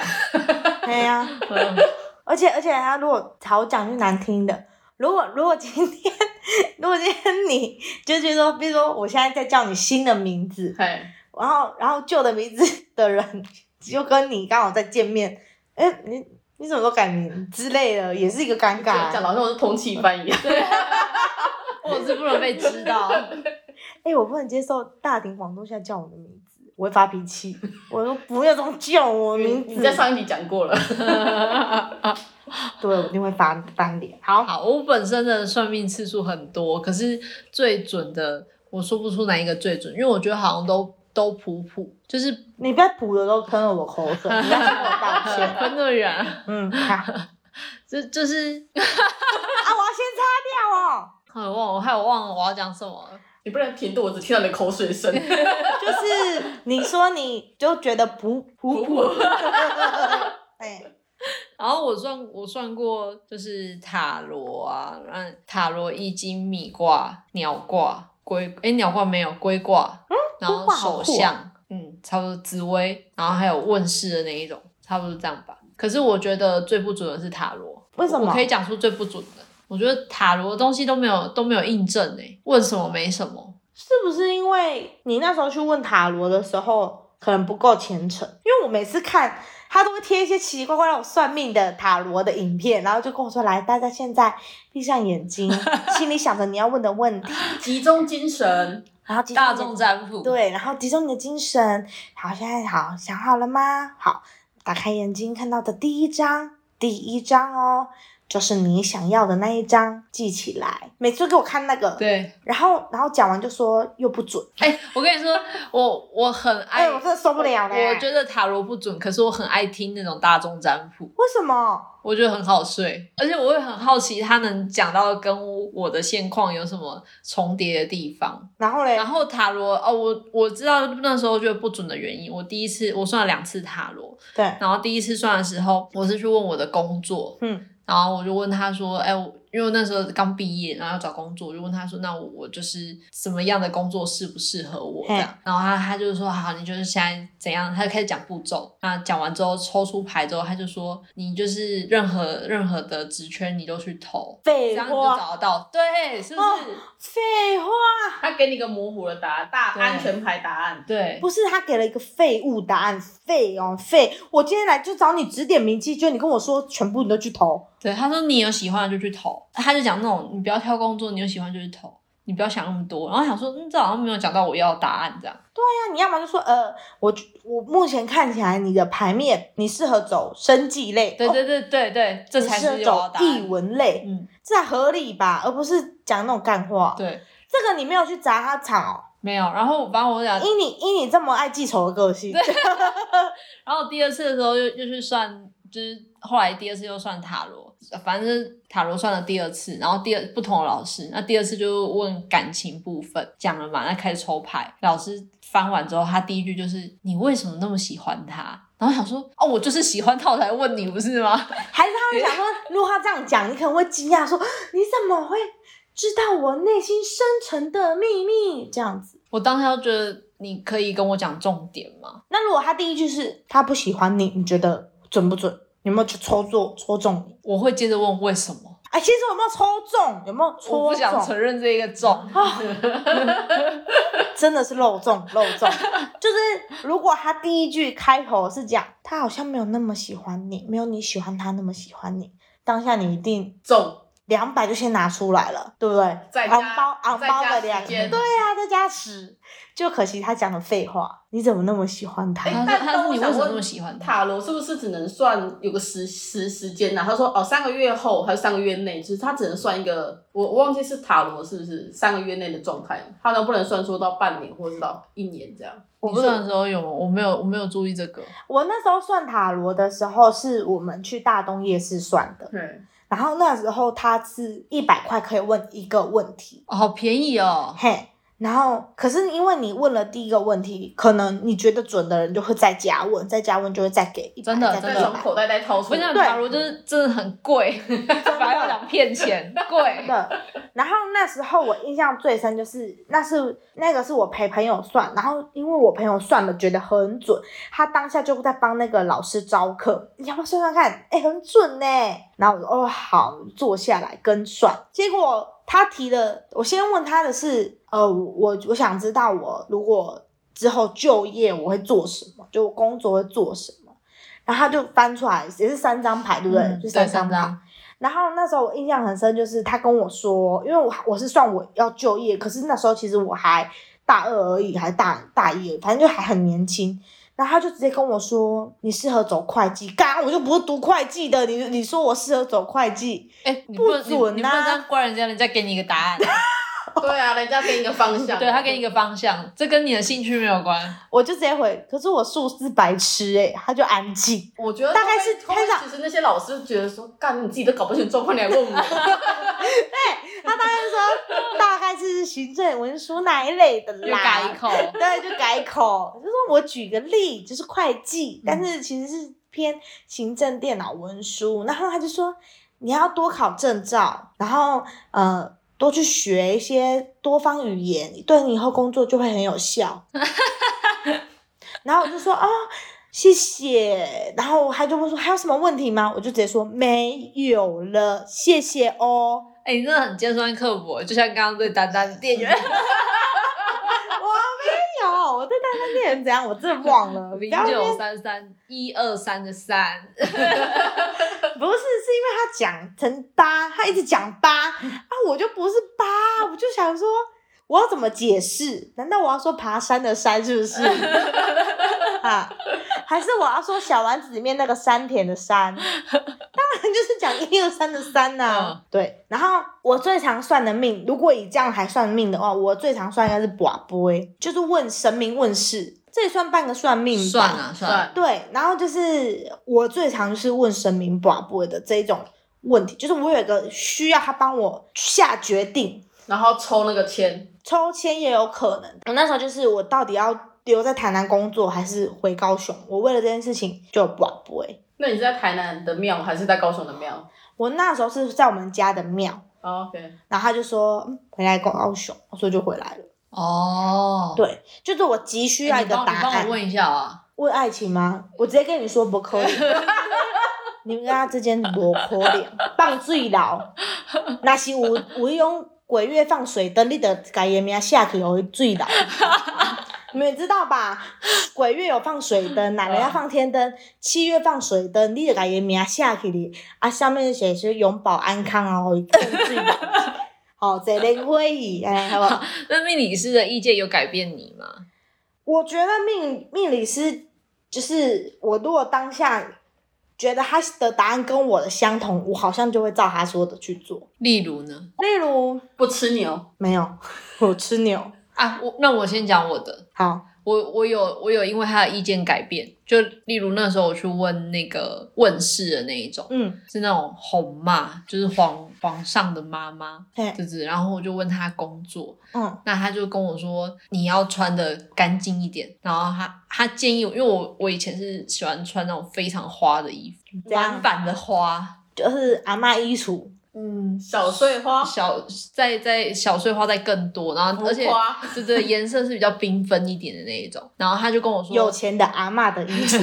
A: 哎呀、
B: 嗯
A: 而且而且他如果好讲句难听的，如果如果今天如果今天你就觉得说，比如说我现在在叫你新的名字，
C: 嘿，
A: 然后然后旧的名字 的人就跟你刚好在见面，哎、你你怎么都改名之类的，也是一个尴尬、
C: 讲
A: 哎、
C: 得好像我是通气犯一样。
B: 我是不能被知道，
A: 哎我不能接受大庭广众下叫我的名字。我会发脾气，我说不要这么叫我的名字。
C: 你在上一集讲过了，
A: 对，我一定会翻翻脸。好，
B: 好，我本身的算命次数很多，可是最准的我说不出哪一个最准，因为我觉得好像都都普普，就是
A: 你不要补的都喷了我口水，你要跟我道歉。
B: 分的人，
A: 嗯，好啊，
B: 这就是，
A: 我要先擦掉哦。
B: 好我忘我害我忘了我要讲什么了。
C: 你不能停顿，我只听到你的口 水声。
A: 就是你说你就觉得补补 补， 哎，
B: 然后我算我算过，就是塔罗啊，嗯，塔罗、易经、米卦、鸟卦、龟，哎，鸟卦没有，龟卦，然
A: 嗯龟
B: 后
A: 卦好
B: 手
A: 酷哦
B: 相，嗯，差不多紫薇，然后还有问世的那一种，差不多这样吧。可是我觉得最不准的是塔罗，
A: 为什么
B: 我可以讲出最不准的，我觉得塔罗的东西都没有都没有印证诶、问什么没什么。
A: 是不是因为你那时候去问塔罗的时候，可能不够虔诚？因为我每次看他都会贴一些奇奇怪怪让我算命的塔罗的影片，然后就跟我说：“来，大家现在闭上眼睛， 心里想着你要问的问题，
C: 集中精神，
A: 然后集中
B: 大
A: 你的
B: 众占卜，，
A: 嗯对，然后集中你的精神。好，现在好，想好了吗？好，打开眼睛看到的第一张，第一张哦，就是你想要的那一张，记起来。每次给我看那个，
B: 对，
A: 然后然后讲完就说又不准，
B: 哎、我跟你说，我我很
A: 哎、
B: 爱，
A: 我真的受不了嘞、
B: 我觉得塔罗不准，可是我很爱听那种大众占卜，
A: 为什么？
B: 我觉得很好睡，而且我会很好奇他能讲到跟我的现况有什么重叠的地方。
A: 然后嘞
B: 然，后塔罗哦，我我知道那时候觉得不准的原因，我第一次我算了两次塔罗，
A: 对，
B: 然后第一次算的时候，我是去问我的工作，
A: 嗯，
B: 然后我就问他说：“哎、我因为我那时候刚毕业，然后要找工作，我就问他说：“那我我就是什么样的工作适不适合我？”这样，然后他他就说：“好，你就是现在怎样？”他就开始讲步骤。那讲完之后，抽出牌之后，他就说：“你就是任何任何的职圈你都去投，这
A: 废
B: 样你就
A: 话，
B: 找得到。”对，是不
A: 哦
B: 是？
A: 废话，
C: 他给你个模糊的答案，大
B: 对
C: 安全牌答案。
B: 对，
A: 不是他给了一个废物答案，废哦废。我今天来就找你指点迷津，就你跟我说全部你都去投，
B: 对，他说你有喜欢的就去投，他就讲那种你不要挑工作，你有喜欢就去投，你不要想那么多。然后想说，嗯，这好像没有讲到我要的答案这样。
A: 那你要么就说呃，我我目前看起来你的牌面你适合走生技类，
B: 对
A: 哦
B: 对对对对，这
A: 你
B: 才
A: 适合
B: 是我要
A: 走
B: 的答
A: 译
B: 案。
A: 文类，
B: 嗯，
A: 这才合理吧，而不是讲那种干话。
B: 对，
A: 这个你没有去砸他场哦。
B: 没有。然后反正我讲，
A: 以你以你这么爱记仇的个性，
B: 然后第二次的时候又又去算，就是呃后来哦第二次又算塔罗，反正就是塔罗算了第二次，然后第二不同的老师，那第二次就问感情部分，讲了嘛，那开始抽牌，老师翻完之后，他第一句就是你为什么那么喜欢他？然后想说哦，我就是喜欢他，我才问你不是吗？
A: 还是他们想说，如果他这样讲，你可能会惊讶说，你怎么会知道我内心深沉的秘密？这样子。
B: 我当下就觉得你可以跟我讲重点吗？
A: 那如果他第一句是他不喜欢你，你觉得准不准？有没有抽中戳中你？
B: 我会接着问为什么，
A: 哎，其实有没有抽中？有没有
B: 我
A: 戳
B: 不想
A: 中？
B: 承认这个重。
A: 真的是漏中漏 中。就是如果他第一句开头是讲他好像没有那么喜欢你，没有你喜欢他那么喜欢你，当下你一定
C: 总
A: 两百就先拿出来了，对不对？
C: 再加
A: 昂包昂
C: 再
A: 包
C: 加
A: 的
C: 时
A: 两，对
C: 间
A: 啊，再加十，就可惜他讲的废话。你怎么那么喜欢他？
C: 哎
B: 他
C: 但
B: 他
C: 但
B: 说
C: 我
B: 你为
C: 想
B: 什么
C: 问
B: 那么喜欢他？
C: 塔罗是不是只能算有个时时时间呢、他说哦，三个月后还是三个月内，就是他只能算一个，我我忘记是塔罗是不是三个月内的状态，他都不能算说到半年或是到一年这样。
A: 我
B: 你
A: 不
B: 算的时候有吗？我没有，我没有注意这个。
A: 我那时候算塔罗的时候，是我们去大东夜市算的，
C: 对，
A: 然后那时候他是一百块可以问一个问题，
B: 哦，好便宜哦。
A: 嘿。然后，可是因为你问了第一个问题，可能你觉得准的人就会再加问，再加问就会再给一百，
B: 真的
A: 再给
B: 真的
C: 再
A: 一
C: 从
A: 百
C: 口袋再掏出
B: 我想
C: 来。
A: 对
B: 塔罗就是真的很贵， 反正想骗钱，贵。
A: 的。然后那时候我印象最深就是，那是那个是我陪朋友算，然后因为我朋友算了觉得很准，他当下就在帮那个老师招课，你要不要算算看？哎、很准呢、然后我说哦好，坐下来跟算。结果他提了，我先问他的是，呃，我我想知道我如果之后就业我会做什么，就工作会做什么。然后他就翻出来，也是三张牌，对不对？
B: 嗯
A: 就
B: 对
A: 张
B: 三
A: 牌。
B: 张，
A: 然后那时候我印象很深，就是他跟我说，因为我我是算我要就业，可是那时候其实我还大二而已，还大大一而已，反正就还很年轻。然后他就直接跟我说：“你适合走会计。”刚刚我就不是读会计的，你你说我适合走会计，
B: 哎，你
A: 不
B: 能你
A: 准
B: 你不能
A: 啊
B: 这样怪人家，人家给你一个答案，
C: 对啊，人家给你一个方 向，
B: 对他给你一个方向，这跟你的兴趣没有关。
A: 我就直接回：“可是我数字白痴诶、他就安静。
C: 我觉得
A: 大概是
C: 会不会
A: 开
C: 其实那些老师就觉得说，干你自己都搞不清楚状况，你还问我？
A: 他大概说大概是行政文书那一类的
B: 又
A: 啦。
B: 改一口，
A: 对，就改口，就说我举个例，就是会计，但是其实是偏行政、电脑、文书。然后他就说你要多考证照，然后呃多去学一些多方语言，对你以后工作就会很有效。然后我就说哦，谢谢。然后他就问说还有什么问题吗？我就直接说没有了，谢谢哦。
B: 哎，你真的很尖酸刻薄，就像刚刚对丹丹的店员，
A: 哦没有，我对大三恋人怎样？我真的忘 了，不
B: 零
A: 要
B: 九三三一二三的三，
A: 不是，是因为他讲成八，他一直讲八
B: 嗯
A: 啊，我就不是八，我就想说我要怎么解释？难道我要说爬山的山是不 是？啊，还是我要说小丸子里面那个山田的 山？当然就是讲一二三的三呐、
B: 嗯
A: 对，然后我最常算的命，如果以这样还算命的话，我最常算应该是卜卜，就是问神明问事，这也算半个算命吧。
B: 算啊算啊，
C: 算，
A: 对，然后就是我最常就是问神明卜卜的这一种问题，就是我有一个需要他帮我下决定，
C: 然后抽那个签，
A: 抽签也有可能。我那时候就是我到底要留在台南工作还是回高雄，我为了这件事情就卜卜。
C: 那你是在台南的庙还是在高雄的庙？
A: 我那时候是在我们家的庙，
C: 哦 OK，
A: 然后他就说、嗯回来高雄，我说就回来了。
B: 哦，
A: 对，就是我急需要
B: 哎
A: 一
B: 你
A: 个
B: 帮
A: 答
B: 你帮
A: 案
B: 我。问一下啊，
A: 问爱情吗？我直接跟你说不可以。你们跟他之间不可能，放水老，若是有有迄种鬼月放水灯，你得改伊名下去，有水老。你们知道吧？鬼月有放水灯，哪个要放天灯？七月放水灯，你得改伊名下去哩。啊，上面写是永保安康哦，更水老。哦，这人会议，哎，好不好？
B: 那命理师的意见有改变你吗？
A: 我觉得命命理师就是我，如果当下觉得他的答案跟我的相同，我好像就会照他说的去做。
B: 例如呢？
A: 例如，
C: 不吃牛，
A: 没有， 我吃牛。
B: 啊，我那我先讲我的，
A: 好，
B: 我我有我有因为他的意见改变，就例如那时候我去问那个问世的那一种，
A: 嗯，
B: 是那种红妈，就是皇皇上的妈妈
A: 对，
B: 这子，然后我就问他工作，
A: 嗯，
B: 那他就跟我说你要穿的干净一点，然后他他建议我，因为我我以前是喜欢穿那种非常花的衣服，
A: 这样
B: 满版的花，
A: 就是阿嬷衣橱，
B: 嗯，
C: 小碎
A: 哦
C: 花，
B: 小在在小碎花再更多，然后而且
C: 浮夸
B: 对对颜色是比较缤纷一点的那一种，然后他就跟我说
A: 有钱的阿嬷的衣橱。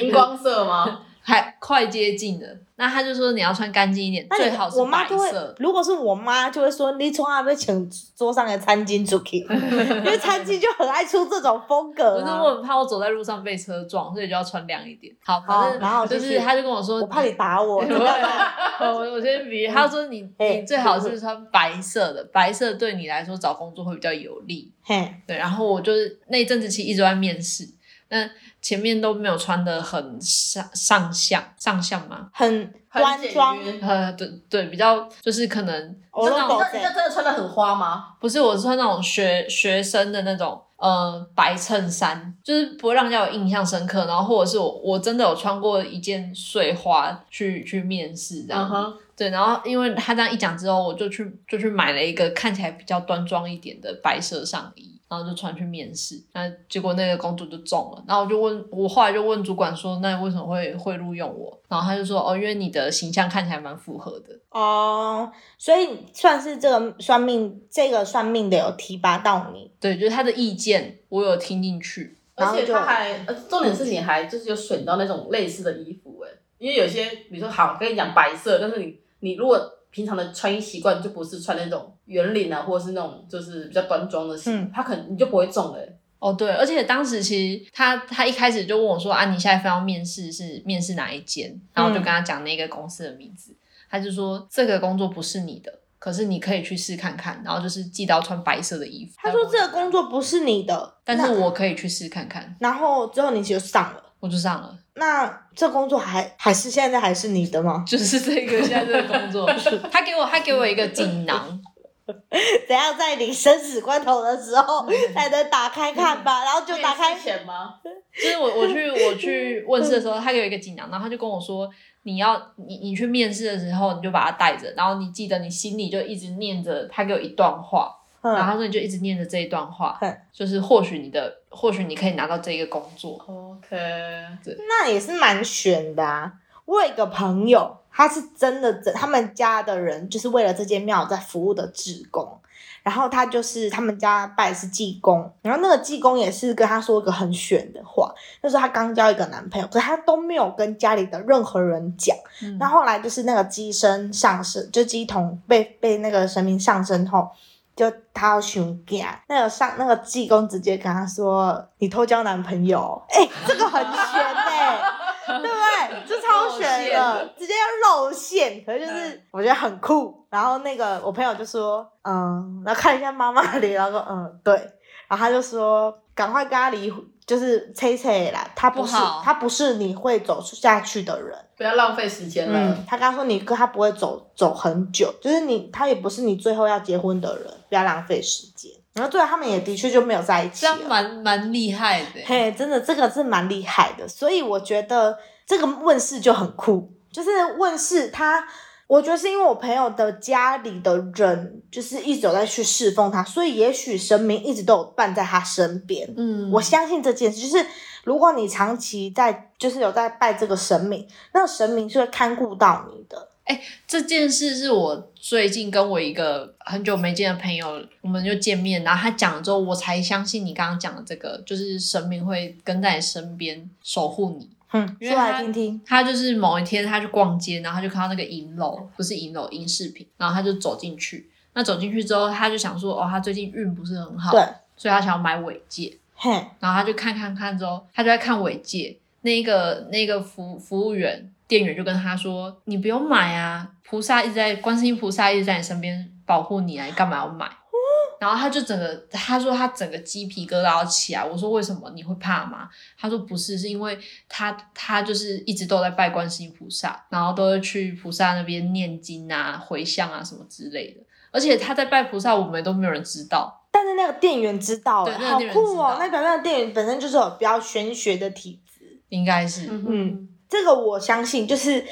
C: 荧光色吗？
B: 还快接近了，那他就说你要穿干净一点，
A: 那你
B: 最好是
A: 我妈
B: 白
A: 就会
B: 色，。
A: 如果是我妈，就会说你从来不请桌上的餐巾出 去，因为餐巾就很爱出这种风
B: 不
A: 格、
B: 是
A: 啊。
B: 我很怕我走在路上被车撞，所以就要穿亮一点。好，
A: 好
B: 反
A: 然后
B: 正就
A: 继续
B: 是他就跟我说，
A: 我怕你打我，
B: 对啊我我先比喻，他说你
A: 哎
B: 你最好是穿白色的，白色对你来说找工作会比较有利。
A: 嘿，
B: 对，然后我就是那一阵子其实一直在面试，那前面都没有穿的很上上相上相嘛，
A: 很
C: 很
A: 端
C: 简
A: 庄。
C: 约
B: 呃，对对，比较就是可能
A: 我
B: 是那
A: 都
B: 种
A: 懂
C: 哦那你这真的穿的很花吗？
B: 不是我是穿那种学学生的那种呃白衬衫，就是不会让人家有印象深刻，然后或者是我我真的有穿过一件碎花去去面试这样
C: 嗯哼，
B: 对，然后因为他这样一讲之后，我就去就去买了一个看起来比较端庄一点的白色上衣，然后就穿去面试。那结果那个公主就中了，然后我就问我后来就问主管说，那为什么会会录用我？然后他就说，哦，因为你的形象看起来蛮符合的。
A: 哦，所以算是这个算命，这个算命的有提拔到你，
B: 对，就是他的意见我有听进去。
A: 然
C: 而
A: 后
C: 且
A: 就
C: 他还，呃重点是你还就是有选到那种类似的衣服哎、因为有些比如说好跟你讲白色，但是你你如果平常的穿衣习惯就不是穿那种圆领啊，或者是那种就是比较端庄的型，
A: 嗯
C: 他可能你就不会中了、欸。
B: 哦，对，而且当时其实他他一开始就问我说啊，你下一份要面试是面试哪一间？然后我就
A: 嗯
B: 跟他讲那个公司的名字，他就说这个工作不是你的，可是你可以去试看看，然后就是记得要穿白色的衣服。
A: 他说这个工
B: 作，
A: 作不是你的，
B: 但
A: 那
B: 是我可以去试看看，
A: 然后之后你就上了，
B: 我就上了，
A: 那这工作还还是现在还是你的吗？
B: 就是这个现在这个工作，他给我他给我一个锦囊，
A: 怎样在你生死关头的时候
B: 嗯
A: 才能打开看吧，然后就打开
C: 面试，前吗？
B: 就是我我去我去问世的时候，他给我一个锦囊，然后他就跟我说，你要你你去面试的时候，你就把它带着，然后你记得你心里就一直念着他给我一段话，然后
A: 嗯，
B: 他说你就一直念着这一段话
A: 嗯，
B: 就是或许你的或许你可以拿到这一个工作，
C: OK，
A: 那也是蛮悬的啊。我有一个朋友，他是真的真，他们家的人就是为了这间庙在服务的职工，然后他就是他们家拜的是济公，然后那个济公也是跟他说一个很选的话，就是他刚交一个男朋友，可是他都没有跟家里的任何人讲。嗯那
B: 然后
A: 后来就是那个鸡身上身，就鸡童被被那个神明上身后，就他要熊家那个上那个济公直接跟他说：“你偷交男朋友。 哎，这个很悬哎、对不对？这超悬
C: 露
A: 的，直接要露馅。可是就是
C: 嗯
A: 我觉得很酷。然后那个我朋友就说：“嗯，然后看一下妈妈的脸，然后说：嗯，对。”然后他就说：“赶快跟他离婚。”就是催催啦，他不是
B: 不好
A: 他不是你会走下去的人，
C: 不要浪费时间了。
A: 嗯，他刚说你跟他不会走走很久，就是你他也不是你最后要结婚的人，不要浪费时间。然后最后他们也的确就没有在一起
B: 这样
A: 了。
B: 蛮蛮厉害的欸，
A: 啊嘿，真的这个是蛮厉害的，所以我觉得这个问世就很酷，就是问世他。我觉得是因为我朋友的家里的人就是一直有在去侍奉他，所以也许神明一直都有伴在他身边。
B: 嗯，
A: 我相信这件事，就是如果你长期在，就是有在拜这个神明，那个神明是会看顾到你的。
B: 这件事是我最近跟我一个很久没见的朋友，我们就见面，然后他讲了之后，我才相信你刚刚讲的这个，就是神明会跟在你身边守护你。
A: 哼，
B: 因
A: 说
B: 为他
A: 来听听。
B: 他就是某一天他去逛街，然后他就看到那个银楼，不是银楼银饰品，然后他就走进去。那走进去之后，他就想说，哦，他最近运不是很好，
A: 对，
B: 所以他想要买尾戒。
A: 哼，
B: 然后他就看看看之后，他就在看尾戒，那个那个服服务员店员就跟他说：“你不用买啊，菩萨一直在，观世音菩萨一直在你身边保护你啊，你干嘛要买？”然后他就整个，他说他整个鸡皮疙瘩要起来。我说为什么你会怕吗？他说不是，是因为他他就是一直都在拜观世音菩萨，然后都会去菩萨那边念经啊、回向啊什么之类的。而且他在拜菩萨，我们都没有人知道。
A: 但是那个店员知道
B: 对
A: 了，
B: 那个
A: 好
B: 店员知
A: 酷
B: 道
A: 哦！那表示那个店员本身就是有比较玄学的体质，
B: 应该是，
C: 嗯
A: 嗯这个我相信，就是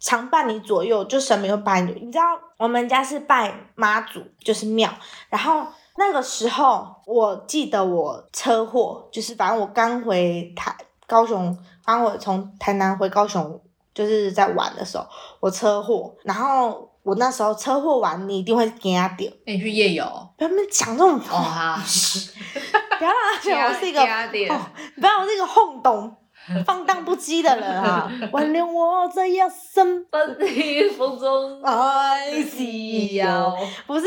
A: 常伴你左右，就神明会伴你。你知道我们家是拜妈祖，就是庙，然后那个时候我记得我车祸，就是反正我刚回台高雄，反正我从台南回高雄，就是在玩的时候我车祸，然后我那时候车祸完，你一定会给他掉。
B: 那你去夜游哦
A: 不要们讲这种话，
B: 哈。
A: 不要 让他觉得我是一个
B: 加点
A: 哦，不然我是一个哄 懂、放荡不羁的人 啊！挽留我这一生，
B: 分离风中
A: 爱
B: 一
A: 是
B: 摇
A: 遥。。不是，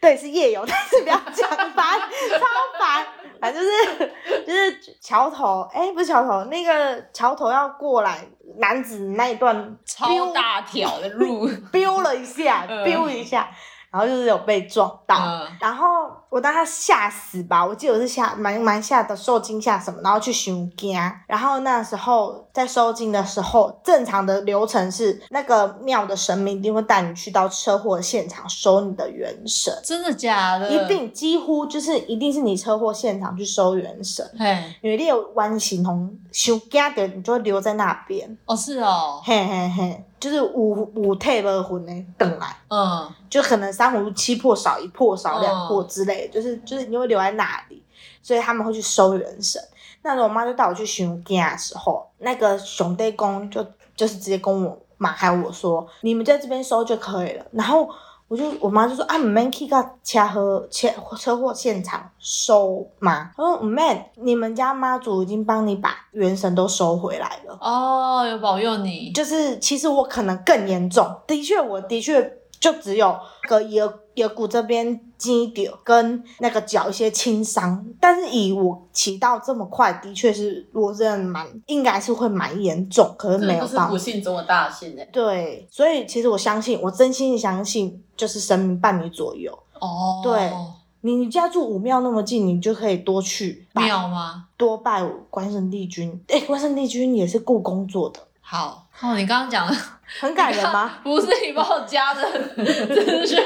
A: 对，是夜游，但是不要讲烦，超烦。反正就是就是桥头，哎、不是桥头，那个桥头要过来男子那一段
B: 超 大条的路，
A: 飙了一下，
B: 嗯
A: 飙一下，然后就是有被撞到。
B: 嗯
A: 然后我当他吓死吧，我记得我是吓蛮蛮吓的，受惊吓什么，然后去寻惊。啊然后那时候在收惊的时候，正常的流程是那个庙的神明一定会带你去到车祸的现场收你的元神，
B: 真的假的？
A: 一。定几乎就是一定是你车祸现场去收元神，
B: 嘿，
A: 因为你有弯形红收惊的，你就会留在那边，
B: 哦是哦，
A: 嘿嘿嘿，就是有有退无魂的等来。
B: 嗯，
A: 就可能三五七破少一破少两破
B: 嗯
A: 之类的，就是就是你会留在那里，所以他们会去收人神。那时候我妈就带我去熊店的时候，那个熊队公就就是直接跟我妈还有我说，你们在这边收就可以了。然后我就我妈就说啊，你们去到车祸车车祸现场收嘛。她说唔免，你们家妈祖已经帮你把元神都收回来了。
B: 哦，有保佑你，
A: 就是其实我可能更严重，的确，我的确就只有个额额骨这边肌瘤跟那个脚一些轻伤，但是以我骑到这么快，的确是我真的蛮应该是会蛮严重，可是
C: 这
A: 没有
C: 就是
A: 到
C: 不幸中的大幸哎、
A: 对，所以其实我相信，我真心相信，就是神明伴你左右。
B: 哦，
A: 对你你家住武庙那么近，你就可以多去拜
B: 妙吗？
A: 多拜关圣帝君。哎，关圣帝君也是故宫做的，
B: 好，哦，你刚刚讲的
A: 很感人吗？？
B: 不是你帮我加的， 真是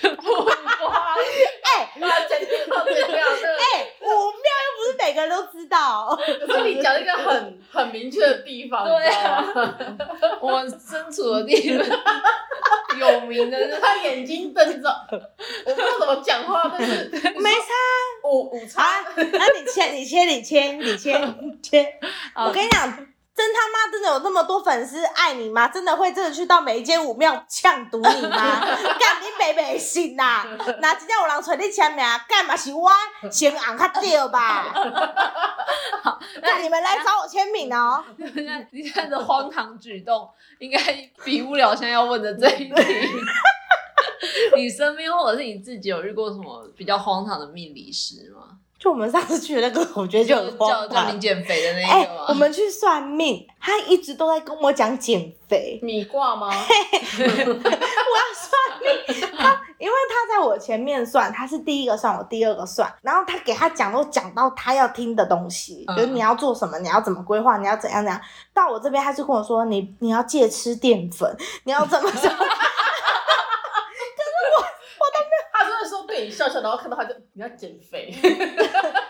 B: 不花。
A: 哎、
C: 那前面到这样，对
A: 哎、我们庙又不是每个人都知道，
C: 不对可是你讲一个很很明确的地方，
B: 对啊
C: 你知道吗，
B: 我身处的地方 有名的是
C: 他眼睛瞪着，我不知道怎么讲话，但是
A: 没差
C: 午午餐
A: 啊。那你切，你切，你切，你切，你切。
B: 啊
A: 我跟你讲，真他妈真的有那么多粉丝爱你吗？真的会真的去到每一间武庙呛毒你吗？干你北北信呐！那今天有人找你签名，干嘛是我先红较对吧？那你们来找我签名哦。
B: 现在你现在的荒唐举动，应该比不了现在要问的这一题。你身边或者是你自己有遇过什么比较荒唐的命理师吗？
A: 就我们上次去的那个，我觉得就很荒
B: 叫叫
A: 唐
B: 你。减肥的那
A: 哎、
B: 一个吗？
A: 我们去算命，他一直都在跟我讲减肥。
C: 米卦吗？
A: 我要算命，他因为他在我前面算，他是第一个算，我第二个算，然后他给他讲都讲到他要听的东西，
B: 嗯
A: 就是你要做什么，你要怎么规划，你要怎样怎样。到我这边，他就跟我说，你你要戒吃淀粉，你要怎么怎么。
C: 他真的说对你笑笑，然后看到他就你要减肥，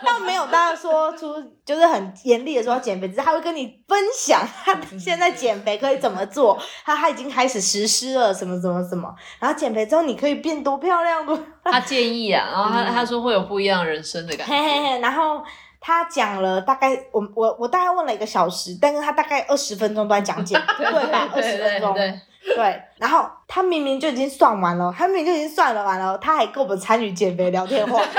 A: 倒没有大家说出就是很严厉的说要减肥，只是他会跟你分享他现在减肥可以怎么做，他哎他已经开始实施了什么什么什么，然后减肥之后你可以变多漂亮哦多
B: 他建议啊，然后他、他说会有不一样的人生的感
A: 嘿嘿
B: 觉。
A: 嘿，然后他讲了大概，我我我大概问了一个小时，但是他大概二十分钟都在讲解，对吧？二
B: 对
A: 十
B: 对
A: 分钟，
B: 对，
A: 对，然后他明明就已经算完了，他明明就已经算了完了，他还跟我们参与减肥聊天会。嗯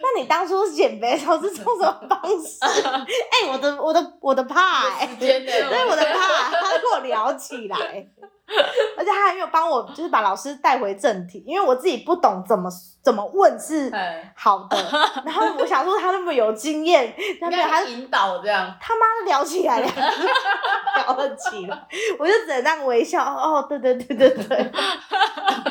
A: 那你当初减肥的时候是用什么方式？哎、我的我的我的怕、欸，
C: 间的
A: 对我的怕，他跟我聊起来，而且他还没有帮我，就是把老师带回正题，因为我自己不懂怎么怎么问是
C: 哎，
A: 好 的，然后我想说他那么有经验，他
C: 应
A: 没有他
C: 该引导这样。
A: 他妈的聊起来了， 聊得起来，我就只能这样微笑。哦，对对对对对。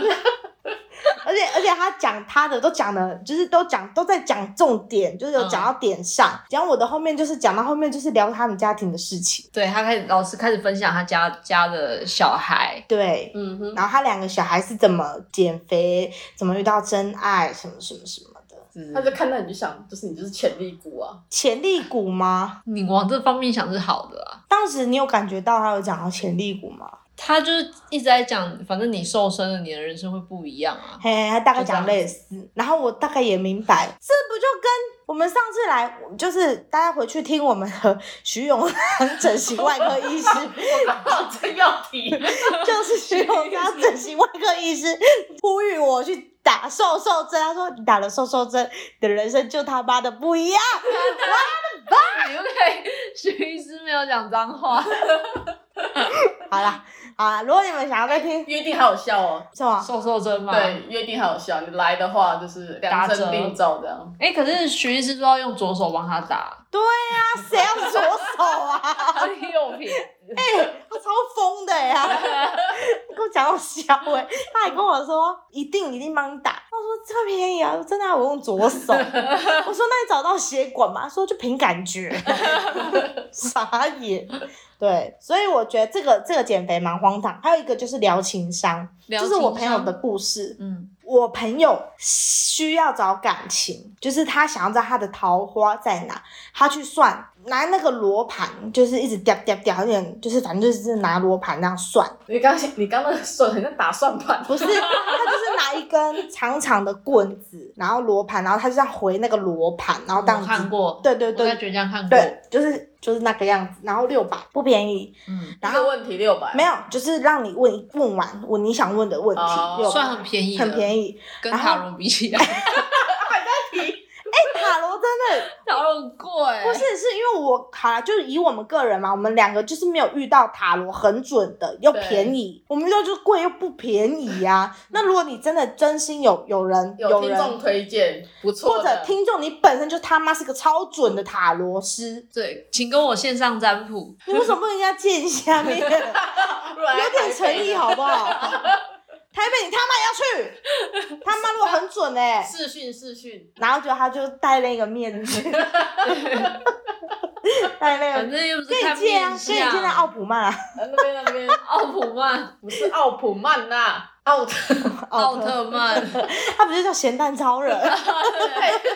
A: 而且而且他讲他的都讲的，就是都讲都在讲重点，就是有讲到点上。
C: 嗯
A: 讲、我的后面就是讲到后面就是聊他们家庭的事情，
B: 对他开始老师开始分享他家家的小孩，
A: 对。
C: 嗯哼，
A: 然后他两个小孩是怎么减肥，怎么遇到真爱，什么什么什么的，
B: 是
C: 他就看到你就想，就是你就是潜力股啊。
A: 潜力股吗？
B: 嗯你往这方面想是好的啊。
A: 当时你有感觉到他有讲到潜力股吗？
B: 他就是一直在讲，反正你瘦身了，你的人生会不一样 啊。
A: 嘿，他大概
B: 就这样
A: 讲类似，然后我大概也明白，这不就跟我们上次来，就是大家回去听我们和 徐永昌整形外科医师，
C: 好，真要提，
A: 就是徐永昌整形外科医师呼吁我去打瘦瘦针，他说你打了瘦瘦针，你的人生就他妈的不一样。
B: 你又可以，徐医师没有讲脏话，
A: 好啦，好啦，如果你们想要再听
C: 约定好有效哦。
A: 什么，
B: 瘦瘦针嘛。
C: 对，约定好有效，你来的话就是量身定造这样。
B: 哎、可是徐医师都要用左手帮他打，
A: 对呀、啊，谁要左手啊？
B: 他是右撇。
A: 哎、他超疯的呀、 跟我讲到笑哎、他还跟我说一定一定帮你打，我说这么便宜啊，真的啊、我用左 手，我说那你找到血管吗？他说就凭感 觉，傻眼。对，所以我觉得这个这个减肥蛮荒唐。还有一个就是聊情商，
B: 聊
A: 就是我
B: 情
A: 朋友
B: 商
A: 的故事。
B: 嗯，
A: 我朋友需要找感情，就是他想要知道他的桃花在哪，他去算拿那个罗盘，就是一直掉掉掉，有点就是反正就是拿罗盘那样 算，
C: 你刚你刚那个手很像打算盘，
A: 不是，他就是拿一根长长的棍子，然后罗盘，然后他就这样回那个罗盘，然后
B: 我
A: 当
B: 看过，
A: 对对
B: 我在
A: 对
B: 倔强看过。
A: 对，就是就是那个样子，然后六百不便宜，
B: 嗯，
A: 然
C: 一
A: 后
C: 个问题六百，
A: 没有，就是让你问问完我你想问的问题，
C: 哦
A: 六百
B: 算很便宜，
A: 很便
B: 宜，
A: 宜。
B: 跟
A: 然后
B: 塔罗比起来，
A: 哎，塔罗真的
B: 塔罗很贵。
A: 不是，是因为我好啦，就是以我们个人嘛，我们两个就是没有遇到塔罗很准的又
C: 对
A: 便宜，我们遇到就是贵又不便宜呀、 那如果你真的真心有有人
C: 有听
A: 人
C: 众推荐，不错
A: 或
C: 的。
A: 者听众你本身就他妈是个超准的塔罗师，
B: 对，请跟我线上占卜。
A: 你为什么不人家借一下 面？有
C: 不然要
A: 点诚意好
C: 台
A: 不好？台北你他妈也要去，他妈如果很准哎、
C: 北的。视讯视讯，
A: 然后就他就戴那个面 具，戴那
B: 反
A: 个。
B: 正又不是
A: 可以
B: 看
A: 借啊，
B: 面
A: 可以借在
B: 相。
A: 奥普曼啊，
C: 呃那边那边
B: 奥普曼、
C: 不是奥普曼呐，奥特
B: 奥特 曼。
A: 他不是叫咸蛋超 人？
C: 对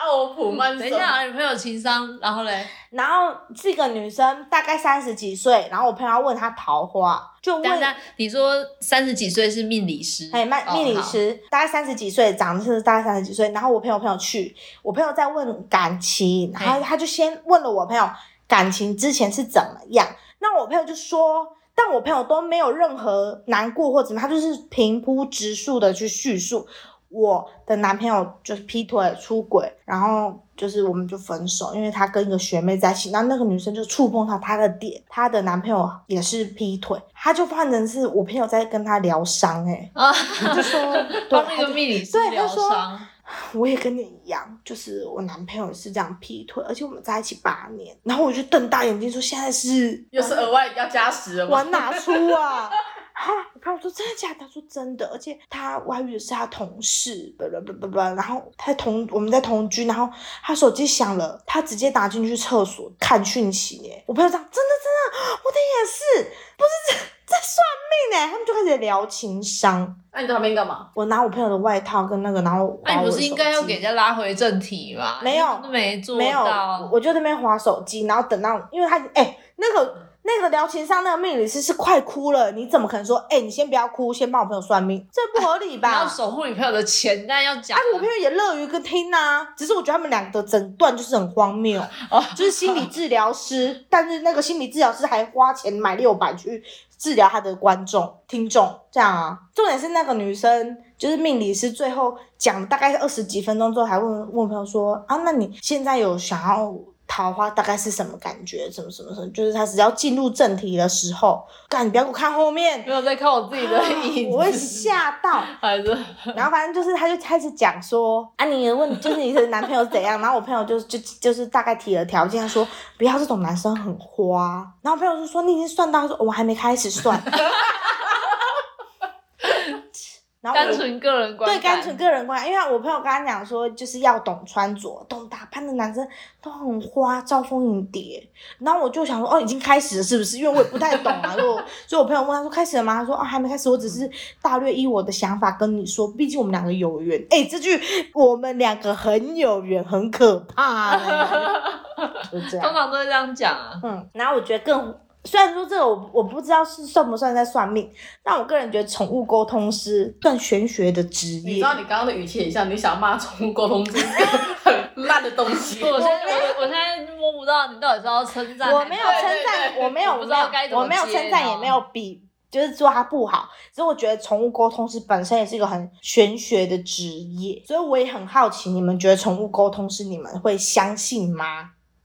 C: 奥普曼。
B: 等一下，你朋友情商，然后嘞，
A: 然后是一个女生，大概三十几岁，然后我朋友要问她桃花，就
B: 大
A: 问
B: 家你说三十几岁是命理师，
A: 哎，曼
B: 哦
A: 命理，
B: 好
A: 师、大概三十几岁，长得是大概三十几岁。然后我朋友朋友去，我朋友在问感情，然后
B: 嘿
A: 他就先问了我朋友感情之前是怎么样。那我朋友就说，但我朋友都没有任何难过或怎么样，他就是平铺直述的去叙述我的男朋友就是劈腿出轨，然后就是我们就分手，因为他跟一个学妹在一起，然后那个女生就触碰到他的点，她的男朋友也是劈腿，他就换成是我朋友在跟他疗伤、欸，哎。
B: 啊，
A: 他就说，对，
B: 帮那
A: 他
B: 个
A: 就
B: 命理师
A: 对他
B: 疗
A: 说
B: 伤，
A: 我也跟你一样，就是我男朋友也是这样劈腿，而且我们在一起八年，然后我就瞪大眼睛说，现在是
C: 又是额外要加时了吗？
A: 玩哪出 啊？哈，我朋友说真的假的？他说真的，而且他外遇的是他同事，不不不不不，然后他同我们在同居，然后他手机响了，他直接打进去厕所看讯息耶。我朋友讲真的真的，我的也是，不是在在算命呢，他们就开始聊情商。
C: 那你在旁边干嘛？
A: 我拿我朋友的外套跟那个，然后
B: 那
A: 划我
B: 你哎不
A: 的
B: 是应
A: 手
B: 该要
A: 机
B: 给人家拉回正题吗？
A: 没有
B: 你都没做
A: 没有，
B: 到
A: 我，我就在那边划手机，然后等到，因为他哎、那个那个聊情商那个命理师是快哭了，你怎么可能说，哎、你先不要哭，先帮我朋友算命，这不合理
B: 你要
A: 吧？
B: 守护女朋友的钱，但要讲
A: 啊，我朋友也乐于跟听啊，只是我觉得他们两个整段就是很荒谬，
B: 哦
A: 就是心理治疗 师，但是那个心理治疗师还花钱买六百去治疗他的观众、听众，这样啊。重点是那个女生，就是命理师，最后讲了大概二十几分钟之后，还问问朋友说啊，那你现在有想要桃花大概是什么感觉？什么什么什么？就是他只要进入正题的时候，干，你不要给我看后面
B: 没，有在看我自己的
A: 啊
B: 影子，
A: 我会吓到。
B: 还是
A: 然后反正就是，他就开始讲说啊，你的问 就是你的男朋友怎样？然后我朋友就就就是大概提了条件，他说不要这种男生很花。然后我朋友就说你已经算到，他说哦我还没开始算。然后
B: 单
A: 我
B: 纯个人观
A: 对
B: 感
A: 单纯个人观，因为我朋友跟他讲说，就是要懂穿着、懂打扮的男生都很花，招蜂引蝶。然后我就想说，哦，已经开始了是不是？因为我也不太懂嘛， 所以我所以我朋友问他说开始了吗？他说啊、还没开始，我只是大略依我的想法跟你说，毕竟我们两个有缘。哎，这句我们两个很有缘，很可怕、欸，就这
B: 通
A: 样。
B: 常都会这样讲啊。
A: 嗯，然后我觉得更。虽然说这个我我不知道是算不算在算命，但我个人觉得宠物沟通师更玄学的职业。
C: 你知道你刚刚的语气很像你想骂宠物沟 通这是个很烂的东西。
B: 我现在我我现在摸不到你到底是要称赞还是，哎
A: 我没有称赞，我没有，
B: 我不知道该怎么
A: 我没有
B: 接
A: 称赞，也
B: 你知道吗
A: 没有比，就是说它不好。只是我觉得宠物沟通师本身也是一个很玄学的职业，所以我也很好奇，你们觉得宠物沟通师你们会相信吗？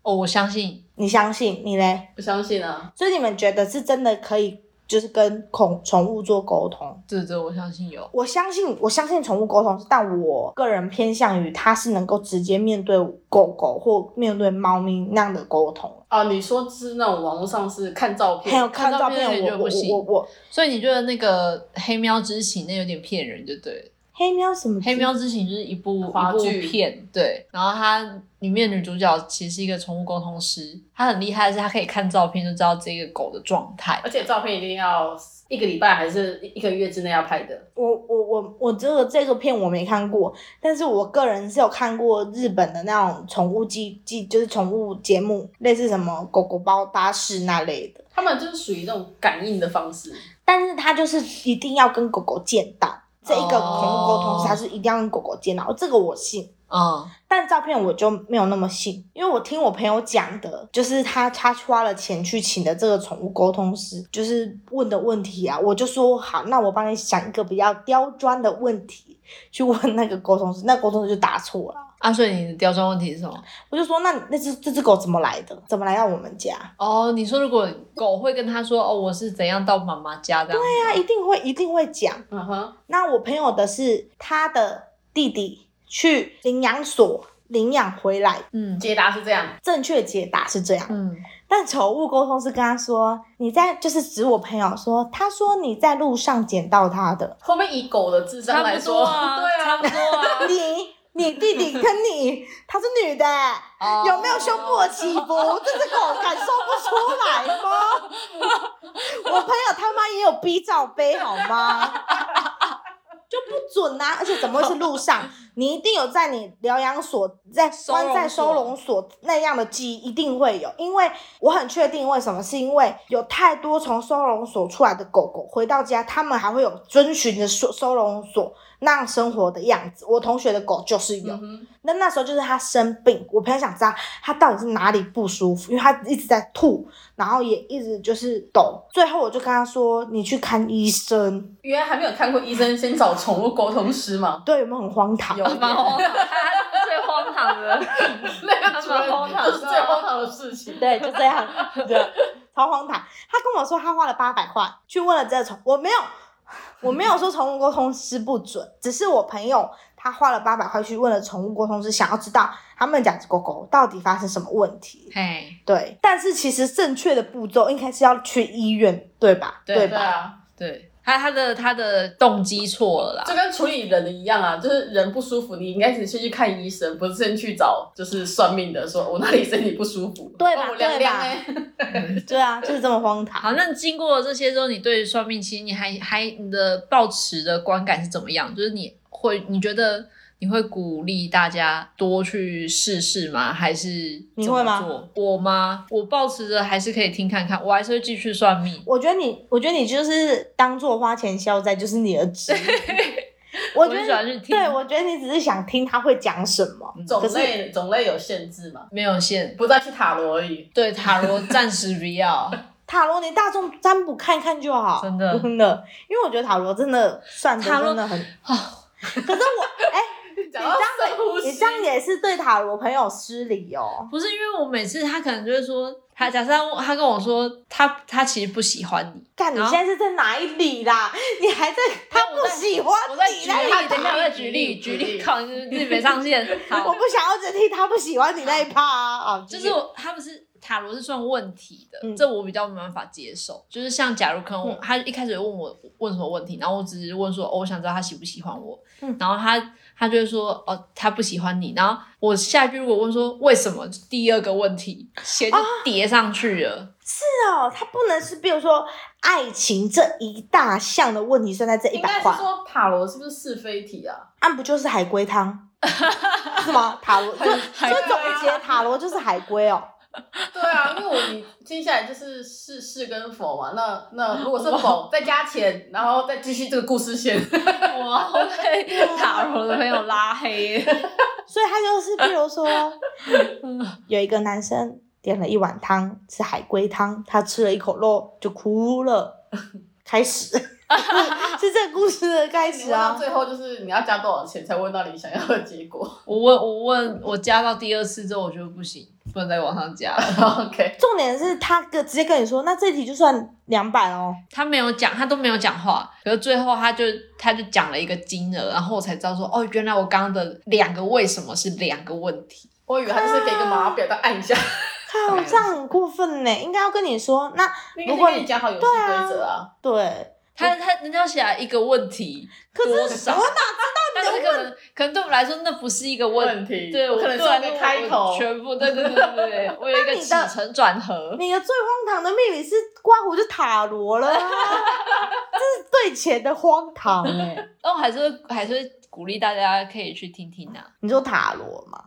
B: 哦，我相信
A: 你相信你嘞？
C: 不相信啊，
A: 所以你们觉得是真的可以，就是跟宠宠物做沟通？
B: 这这我相信有。
A: 我相信，我相信宠物沟通师，但我个人偏向于它是能够直接面对狗狗或面对猫咪那样的沟通。
C: 哦，你说是那种网络上是看照片，
A: 还有看
B: 看
A: 照
B: 照
A: 片
B: 片，
A: 我
B: 就
A: 我
B: 不行
A: 我我
B: 所以你觉得那个《黑喵之情》那有点骗人，就对了。
A: 黑喵什么？
B: 《黑。喵之情》就是一部
C: 华
B: 一部
C: 剧
B: 片，对。然后它里面女主角其实是一个宠物沟通师，她很厉害，是她可以看照片就知道这个狗的状态。
C: 而且照片一定要一个礼拜还是一个月之内要拍的。
A: 我我我我这个这个片我没看过，但是我个人是有看过日本的那种宠物记记，就是宠物节目，类似什么狗狗包巴士那类的。
C: 他们就是属于那种感应的方式，
A: 但是它就是一定要跟狗狗见到，这一个宠物沟通
B: 哦
A: 师，它是一定要跟狗狗见到，这个我信。
B: 嗯，
A: 但照片我就没有那么信，因为我听我朋友讲的，就是他他花了钱去请的这个宠物沟通师，就是问的问题啊，我就说好，那我帮你想一个比较刁钻的问题去问那个沟通师，那沟通师就答错了，
B: 啊，所以你的刁钻问题是什么？
A: 我就说那你那只这只狗怎么来的，怎么来到我们家？
B: 哦，你说如果狗会跟他说哦，我是怎样到妈妈家这样子？
A: 他一定会一定会讲。
C: 嗯哼，
A: 那我朋友的是他的弟弟去领养所领养回来，
B: 嗯
C: 解答是这样，
A: 正确解答是这样。
B: 嗯，
A: 但宠物沟通是跟他说，你在就是指我朋友说，他说你在路上捡到他的，
C: 会不会以狗的智商
B: 差
C: 来
B: 不
C: 说，
B: 多啊，
C: 对
B: 差
C: 啊，
B: 不多啊。
A: 你你弟弟跟你，她是女的，
B: 哦
A: 有没有胸部的起伏？这只狗感受不出来吗？我朋友他妈也有 B 罩杯好吗？就不准啊！而且怎么会是路上？你一定有在你疗养所、在
B: 收容
A: 关
B: 所
A: 在收容所那样的记忆，一定会有。因为我很确定，为什么？是因为有太多从收容所出来的狗狗回到家，他们还会有遵循着收收容所那样生活的样子。我同学的狗就是有，
C: 嗯哼，
A: 那那时候就是他生病，我朋友想知道他到底是哪里不舒服，因为他一直在吐，然后也一直就是抖。最后我就跟他说：“你去看医生。
C: 原来还没有看过医生，先找宠物沟通师嘛”，
A: 对，有没有很荒唐？
C: 有
B: 蛮荒唐，他是最荒唐的。
C: 那个主
B: 蛮荒
C: 人
B: 唐
C: 这
B: 的
C: 是最荒唐的事情。
A: 对，就这样，对，超荒唐。他跟我说他花了八百块去问了这个宠，我没有，我没有说宠物沟通师不准，只是我朋友他花了八百块去问了宠物沟通师，想要知道他们两只狗狗到底发生什么问题。
B: 嘿，
A: 对，但是其实正确的步骤应该是要去医院，对吧？
B: 对
A: 对
C: 对
A: 吧？
C: 啊，
B: 对他他的他的动机错了
C: 就
B: 啦。
C: 跟处理人的一样啊，就是人不舒服，你应该是先去看医生，不是先去找就是算命的说，我哪里身体不舒服，
A: 对吧
B: 哦
C: 帮我量量
A: 对
C: 欸
A: 对啊，就是这么荒唐。
B: 好，那经过这些之后，你对算命，其实你还还你的抱持的观感是怎么样？就是你会你觉得你会鼓励大家多去试试吗？还是
A: 你会吗
B: 怎么做？我吗？我保持着还是可以听看看，我还是会继续算命。
A: 我觉得你，我觉得你就是当做花钱消灾，就是你的职业。 我觉
B: 我很喜
A: 得
B: 欢去听嗯
A: 对，我觉得你只是想听他会讲什么。
C: 种
A: 可是
C: 类种类有限制嘛，
B: 没有限，
C: 不再去塔罗而已。
B: 对塔罗暂时不要。
A: 塔罗，你大众占卜看看就好，
B: 真的
A: 真的，因为我觉得塔罗真的算的
B: 塔罗
A: 真的很，
B: 啊
A: 可是我哎、
C: 讲到深呼
A: 你
C: 吸
A: 这，样也是对塔罗朋友失礼哦。
B: 不是因为我每次他可能就会说，他假设他问他跟我说他他其实不喜欢你，
A: 干，你
B: 然后
A: 现在是在哪里啦？你还在他
B: 我
A: 不
B: 在
A: 喜欢
B: 我在
A: 你
B: 举
A: 那
B: 例，
A: 里
B: 等一下我在举
C: 举
B: 例，
C: 例
B: 举
C: 举
B: 例，
C: 例
B: 靠，你是自己没上线。
A: 我
B: 好，
A: 不想要只听他不喜欢你那一趴啊。好
B: 就是我他不是塔罗是算问题的，
A: 嗯
B: 这我比较没办法接受。就是像假如可能我、他一开始问我问什么问题，然后我只是问说，哦，我想知道他喜不喜欢我，
A: 嗯
B: 然后他他就会说，哦，他不喜欢你。然后我下一句如果问说为什么，第二个问题鞋
A: 啊
B: 就叠上去了。
A: 是哦，他不能是，比如说爱情这一大项的问题算在这一
C: 应该
A: 百
C: 是
A: 块，
C: 说塔罗是不是是非题啊？
A: 按、不就是海龟 汤？是吗？塔罗就
B: 海
A: 就
C: 龟啊
A: 总结塔罗就是海龟哦。
C: 对啊，因为我你听下来就是是是跟否嘛，那 那如果是否，再加钱，然后再继续这个故事 线。
B: 哇，我被塔罗的朋友拉黑耶。
A: 所以他就是，比如 说，有一个男生点了一碗汤，是海龟汤，他吃了一口肉就哭了，开始 是是这故事的开
C: 你
A: 始
C: 问到
A: 啊。
C: 最后就是你要加多少钱才问到你想要的结果
B: 我问，我问，我加到第二次之后，我觉得不行，不能再往上加了。
C: ？OK，
A: 重点是他跟直接跟你说，那这题就算两百哦。
B: 他没有讲，他都没有讲话，可是最后他就他就讲了一个金额，然后我才知道说，哦，原来我刚刚的两个为什么是两个问题。
C: 我以为他就是给一个码表，再按一 下。
B: 哎
A: 靠，这样很过分呢，应该要跟你说。那
C: 那
A: 如
C: 个
A: 果
C: 跟你
A: 你
C: 讲好游戏规则啊，
A: 对，
B: 他他人家写了一个问题，
A: 可是
B: 多少？
A: 我
B: 但是可能可能对我们来说，那不是一个问
C: 问题
B: 对
C: 我
B: 我
C: 可能是
B: 对
C: 那
B: 我
C: 个开头
B: 全部对对对对对对，我有一个
A: 那你
B: 起
A: 的
B: 承转合。
A: 你的最荒唐的命理是刮胡就塔罗了啊、这是对钱的荒唐 哎。
B: 那我还是会还是会鼓励大家可以去听听啊，
A: 你说塔罗嘛？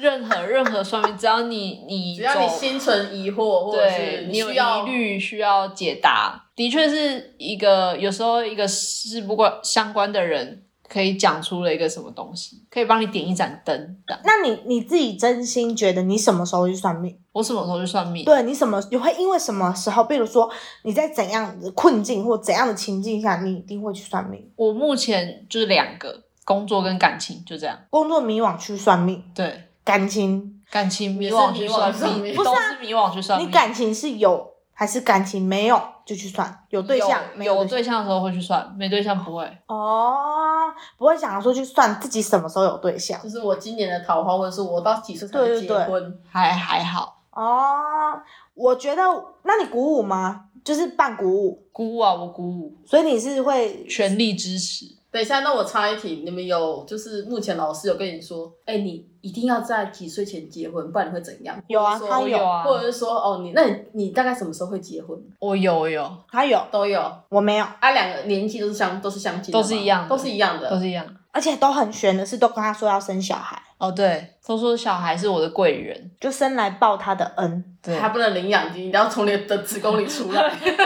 B: 任何任何算命，只要你你
C: 只要你
B: 走
C: 心存疑惑，或者
B: 对
C: 是
B: 你有
C: 需
B: 疑
C: 要
B: 虑需要解答，的确是一个有时候一个事不关相关的人可以讲出了一个什么东西，可以帮你点一盏灯。这样
A: 那你你自己真心觉得你什么时候去算命？
B: 我什么时候去算命？
A: 对你什么你会因为什么时候，比如说你在怎样的困境或怎样的情境下，你一定会去算命？
B: 我目前就是两个工作跟感情，就这样。
A: 工作迷惘去算命，
B: 对，
A: 感情
B: 感情迷
C: 也是
B: 惘
C: 迷
B: 去
C: 惘
B: 算
C: 去算
B: 命，
C: 命
B: 都是迷惘去算命。
A: 你感情是有还是感情没有就去算？有对象
B: 有
A: 没
B: 有
A: 对
B: 对象的时候会去算，没对象不会。
A: 哦，不会想说去算自己什么时候有对象
C: 就是我今年的桃花，或者是我到几岁才能
A: 对对
C: 结
A: 对
C: 婚？
B: 还还好，
A: 哦。我觉得，那你鼓舞吗？就是半鼓舞，
B: 鼓舞啊，我鼓舞，
A: 所以你是会
B: 全力支持。
C: 等一下，那我插一题，你们有就是目前老师有跟你说，哎、你一定要在几岁前结婚，不然你会怎样？
A: 有啊
C: 或者
A: 他
C: 说
B: 我
A: 有
B: 有啊，
C: 或者是说，哦，你那你你大概什么时候会结婚？
B: 我有我有，
A: 他有，
C: 都有
A: 我没有，
C: 啊，两个年纪都是相都是相近的吗，
B: 都是一样的
C: 都是一样的，
B: 都是一样。
A: 而且都很悬的是，都跟他说要生小孩。
B: 哦，对，都说小孩是我的贵人，
A: 就生来报他的 恩。
B: 对
C: 还不能领养你一定要从你的子宫里 出来。
A: 对，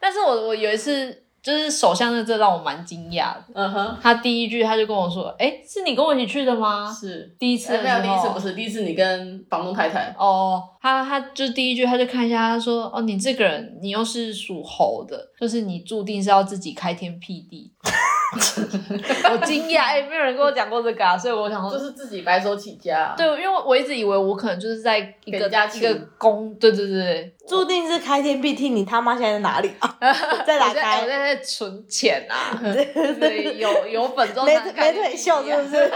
B: 但是我我有一次就是首相的这让我蛮惊讶的，
C: 嗯哼，
B: 他第一句他就跟我说：“哎，是你跟我一起去的吗
C: 是？”。
B: 第一次
C: 哎
B: 的
C: 没
B: 时候，
C: 有第一次不是，第一次你跟房东太太，
B: 哦，他他就第一句他就看一下，他说：“哦，你这个人，你又是属猴的，就是你注定是要自己开天辟 地。”我惊讶，哎、没有人跟我讲过这个啊，所以我想
C: 就
B: 说。
C: 是自己白手起家，
B: 对，，因为我一直以为我可能就是在一
C: 给
B: 个
C: 人家
B: 一
C: 请
B: 个宫，对对对，
A: 注定是开天辟地，你他妈现在在哪里啊？再打
B: 我现在我
A: 开
B: 现，在在存钱啊，对，有有本之后
A: 美
B: 才
A: 美
B: 开
A: 腿
B: 始
A: 秀
B: 比
A: 是
B: 啊
A: 不？是？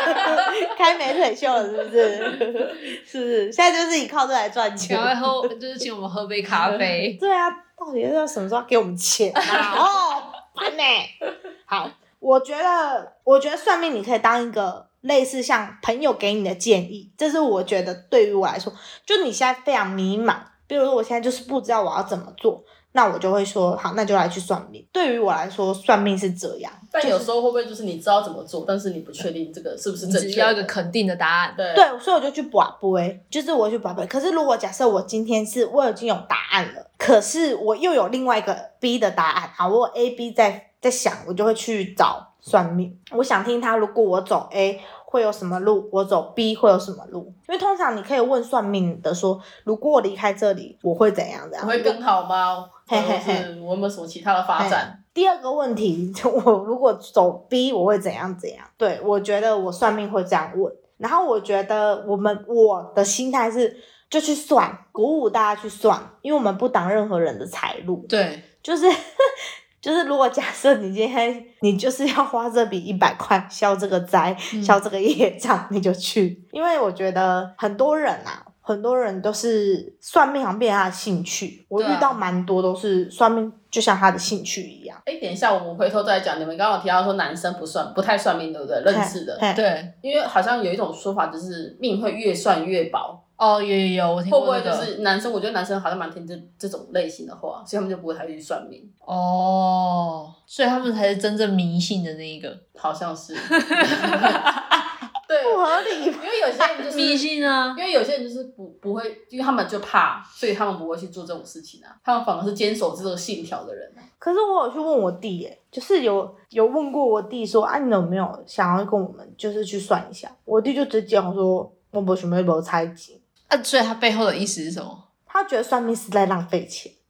A: 开美腿秀了是 不是？是不是？现在就是以靠这来赚钱。
B: 然。后喝就是请我们喝杯咖啡
A: 对啊，到底要什么时候给我们钱啊？哦，烦呢、好，我觉得，我觉得算命你可以当一个类似像朋友给你的建议，这是我觉得对于我来说，就你现在非常迷茫，比如说我现在就是不知道我要怎么做，那我就会说好，那就来去算命。对于我来说，算命是这样，
C: 但有时候会不会就是你知道怎么做，但是你不确定这个是不是
B: 你
C: 正
B: 只
C: 确？
B: 要一个肯定的答案。
C: 对
A: 对，所以我就去卜杯，就是我去卜杯。可是如果假设我今天是我已经有答案了，可是我又有另外一个 B 的答案，好，我有 A、B 在在想，我就会去找算命。我想听他，如果我走 A 会有什么路，我走 B 会有什么路？因为通常你可以问算命的说，如果我离开这里，我会怎样怎样？
C: 我会更好吗？
A: 嘿
C: 或
A: 嘿
C: 者
A: 嘿
C: 是我有没有什么其他的发展？
A: 哎第二个问题， 就我如果走 B，我会怎样怎样？对我觉得我算命会这样问，然后我觉得我们我的心态是就去算，鼓舞大家去算，因为我们不挡任何人的财路，
B: 对，
A: 就是 就是如果假设你今天你就是要花这笔一百块消这个灾、
B: 嗯
A: 消这个业障，你就去，因为我觉得很多人啊。很多人都是算命，好像变成他的兴趣。我
B: 对啊
A: 遇到蛮多都是算命，就像他的兴趣一样。
C: 哎，等一下，我们回头再讲。你们刚刚有提到说男生不算，不太算命，对不对？认识的，
A: 嘿
B: 对，
C: 因为好像有一种说法，就是命会越算越薄，
B: 哦，有有有，我听
C: 会不
B: 过
C: 会
B: 那
C: 就
B: 个。
C: 是男生？我觉得男生好像蛮听这这种类型的话，所以他们就不会太去算命，
B: 哦，所以他们才是真正迷信的那一个。
C: 好像是。对，
A: 不合理吧
C: 因为有些人就是
B: 迷信啊
C: 因，为有些人就是不不会，因为他们就怕，所以他们不会去做这种事情啊。他们反而是坚守这个信条的人啊、
A: 可是我有去问我弟、耶，就是有有问过我弟说，啊，你有没有想要跟我们就是去算一下？我弟就直接讲说，我不准备不猜忌，
B: 啊，所以他背后的意思是什么？
A: 他觉得算命是在浪费钱。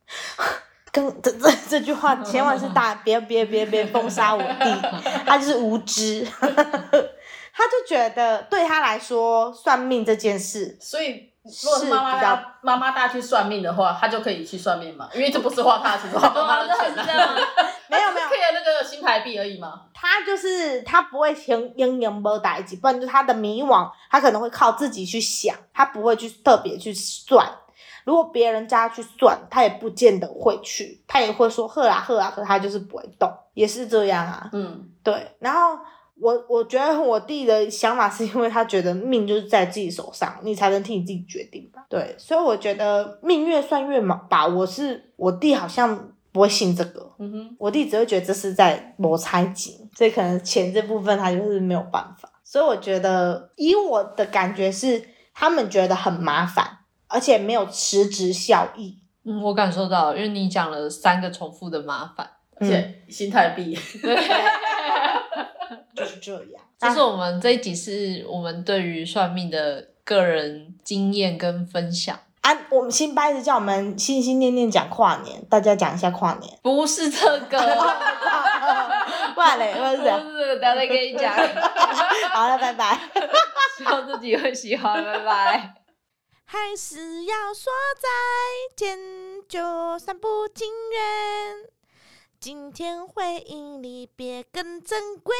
A: 跟这这这句话千万是大家别别别别封杀我弟，他就是无知， 他就觉得对他来说算命这件事，
C: 所以如果是妈妈
A: 是比较
C: 大妈妈大去算命的话，他就可以去算命嘛，因为这不是花他的钱，是花妈妈的钱、啊。
B: 样吗？
A: 没有没有
C: 可以那个新台币而已嘛。
A: 他就是他不会听英英波打一起，不然就是他的迷惘，他可能会靠自己去想，他不会去特别去算。如果别人叫他去算，他也不见得会去，他也会说呵啦呵啊啦，可他就是不会动，也是这样啊。
C: 嗯，
A: 对，然后我我觉得我弟的想法是因为他觉得命就是在自己手上，你才能替你自己决定吧。对，所以我觉得命越算越把我是我弟好像不会信这个，
C: 嗯哼，
A: 我弟只会觉得这是在谋猜忌，所以可能钱这部分他就是没有办法。所以我觉得，以我的感觉是，他们觉得很麻烦，而且没有实质效益。
B: 嗯，我感受到了，因为你讲了三个重复的麻烦，
C: 而且新台币，
A: 就是这样。啊
B: 这
A: 但
B: 是我们这一集是我们对于算命的个人经验跟分享，。
A: 啊，我们新班一直叫我们心心念念讲跨年，大家讲一下跨年
B: 不是这个，
A: 不然嘞，我是
B: 不
A: 这
B: 是这
A: 样。
B: 个，等一下再跟你讲，
A: 好了，拜拜。
B: 希望自己会喜欢，拜拜。
A: 还是要说再见，就算不情愿。今天回忆里别更珍贵。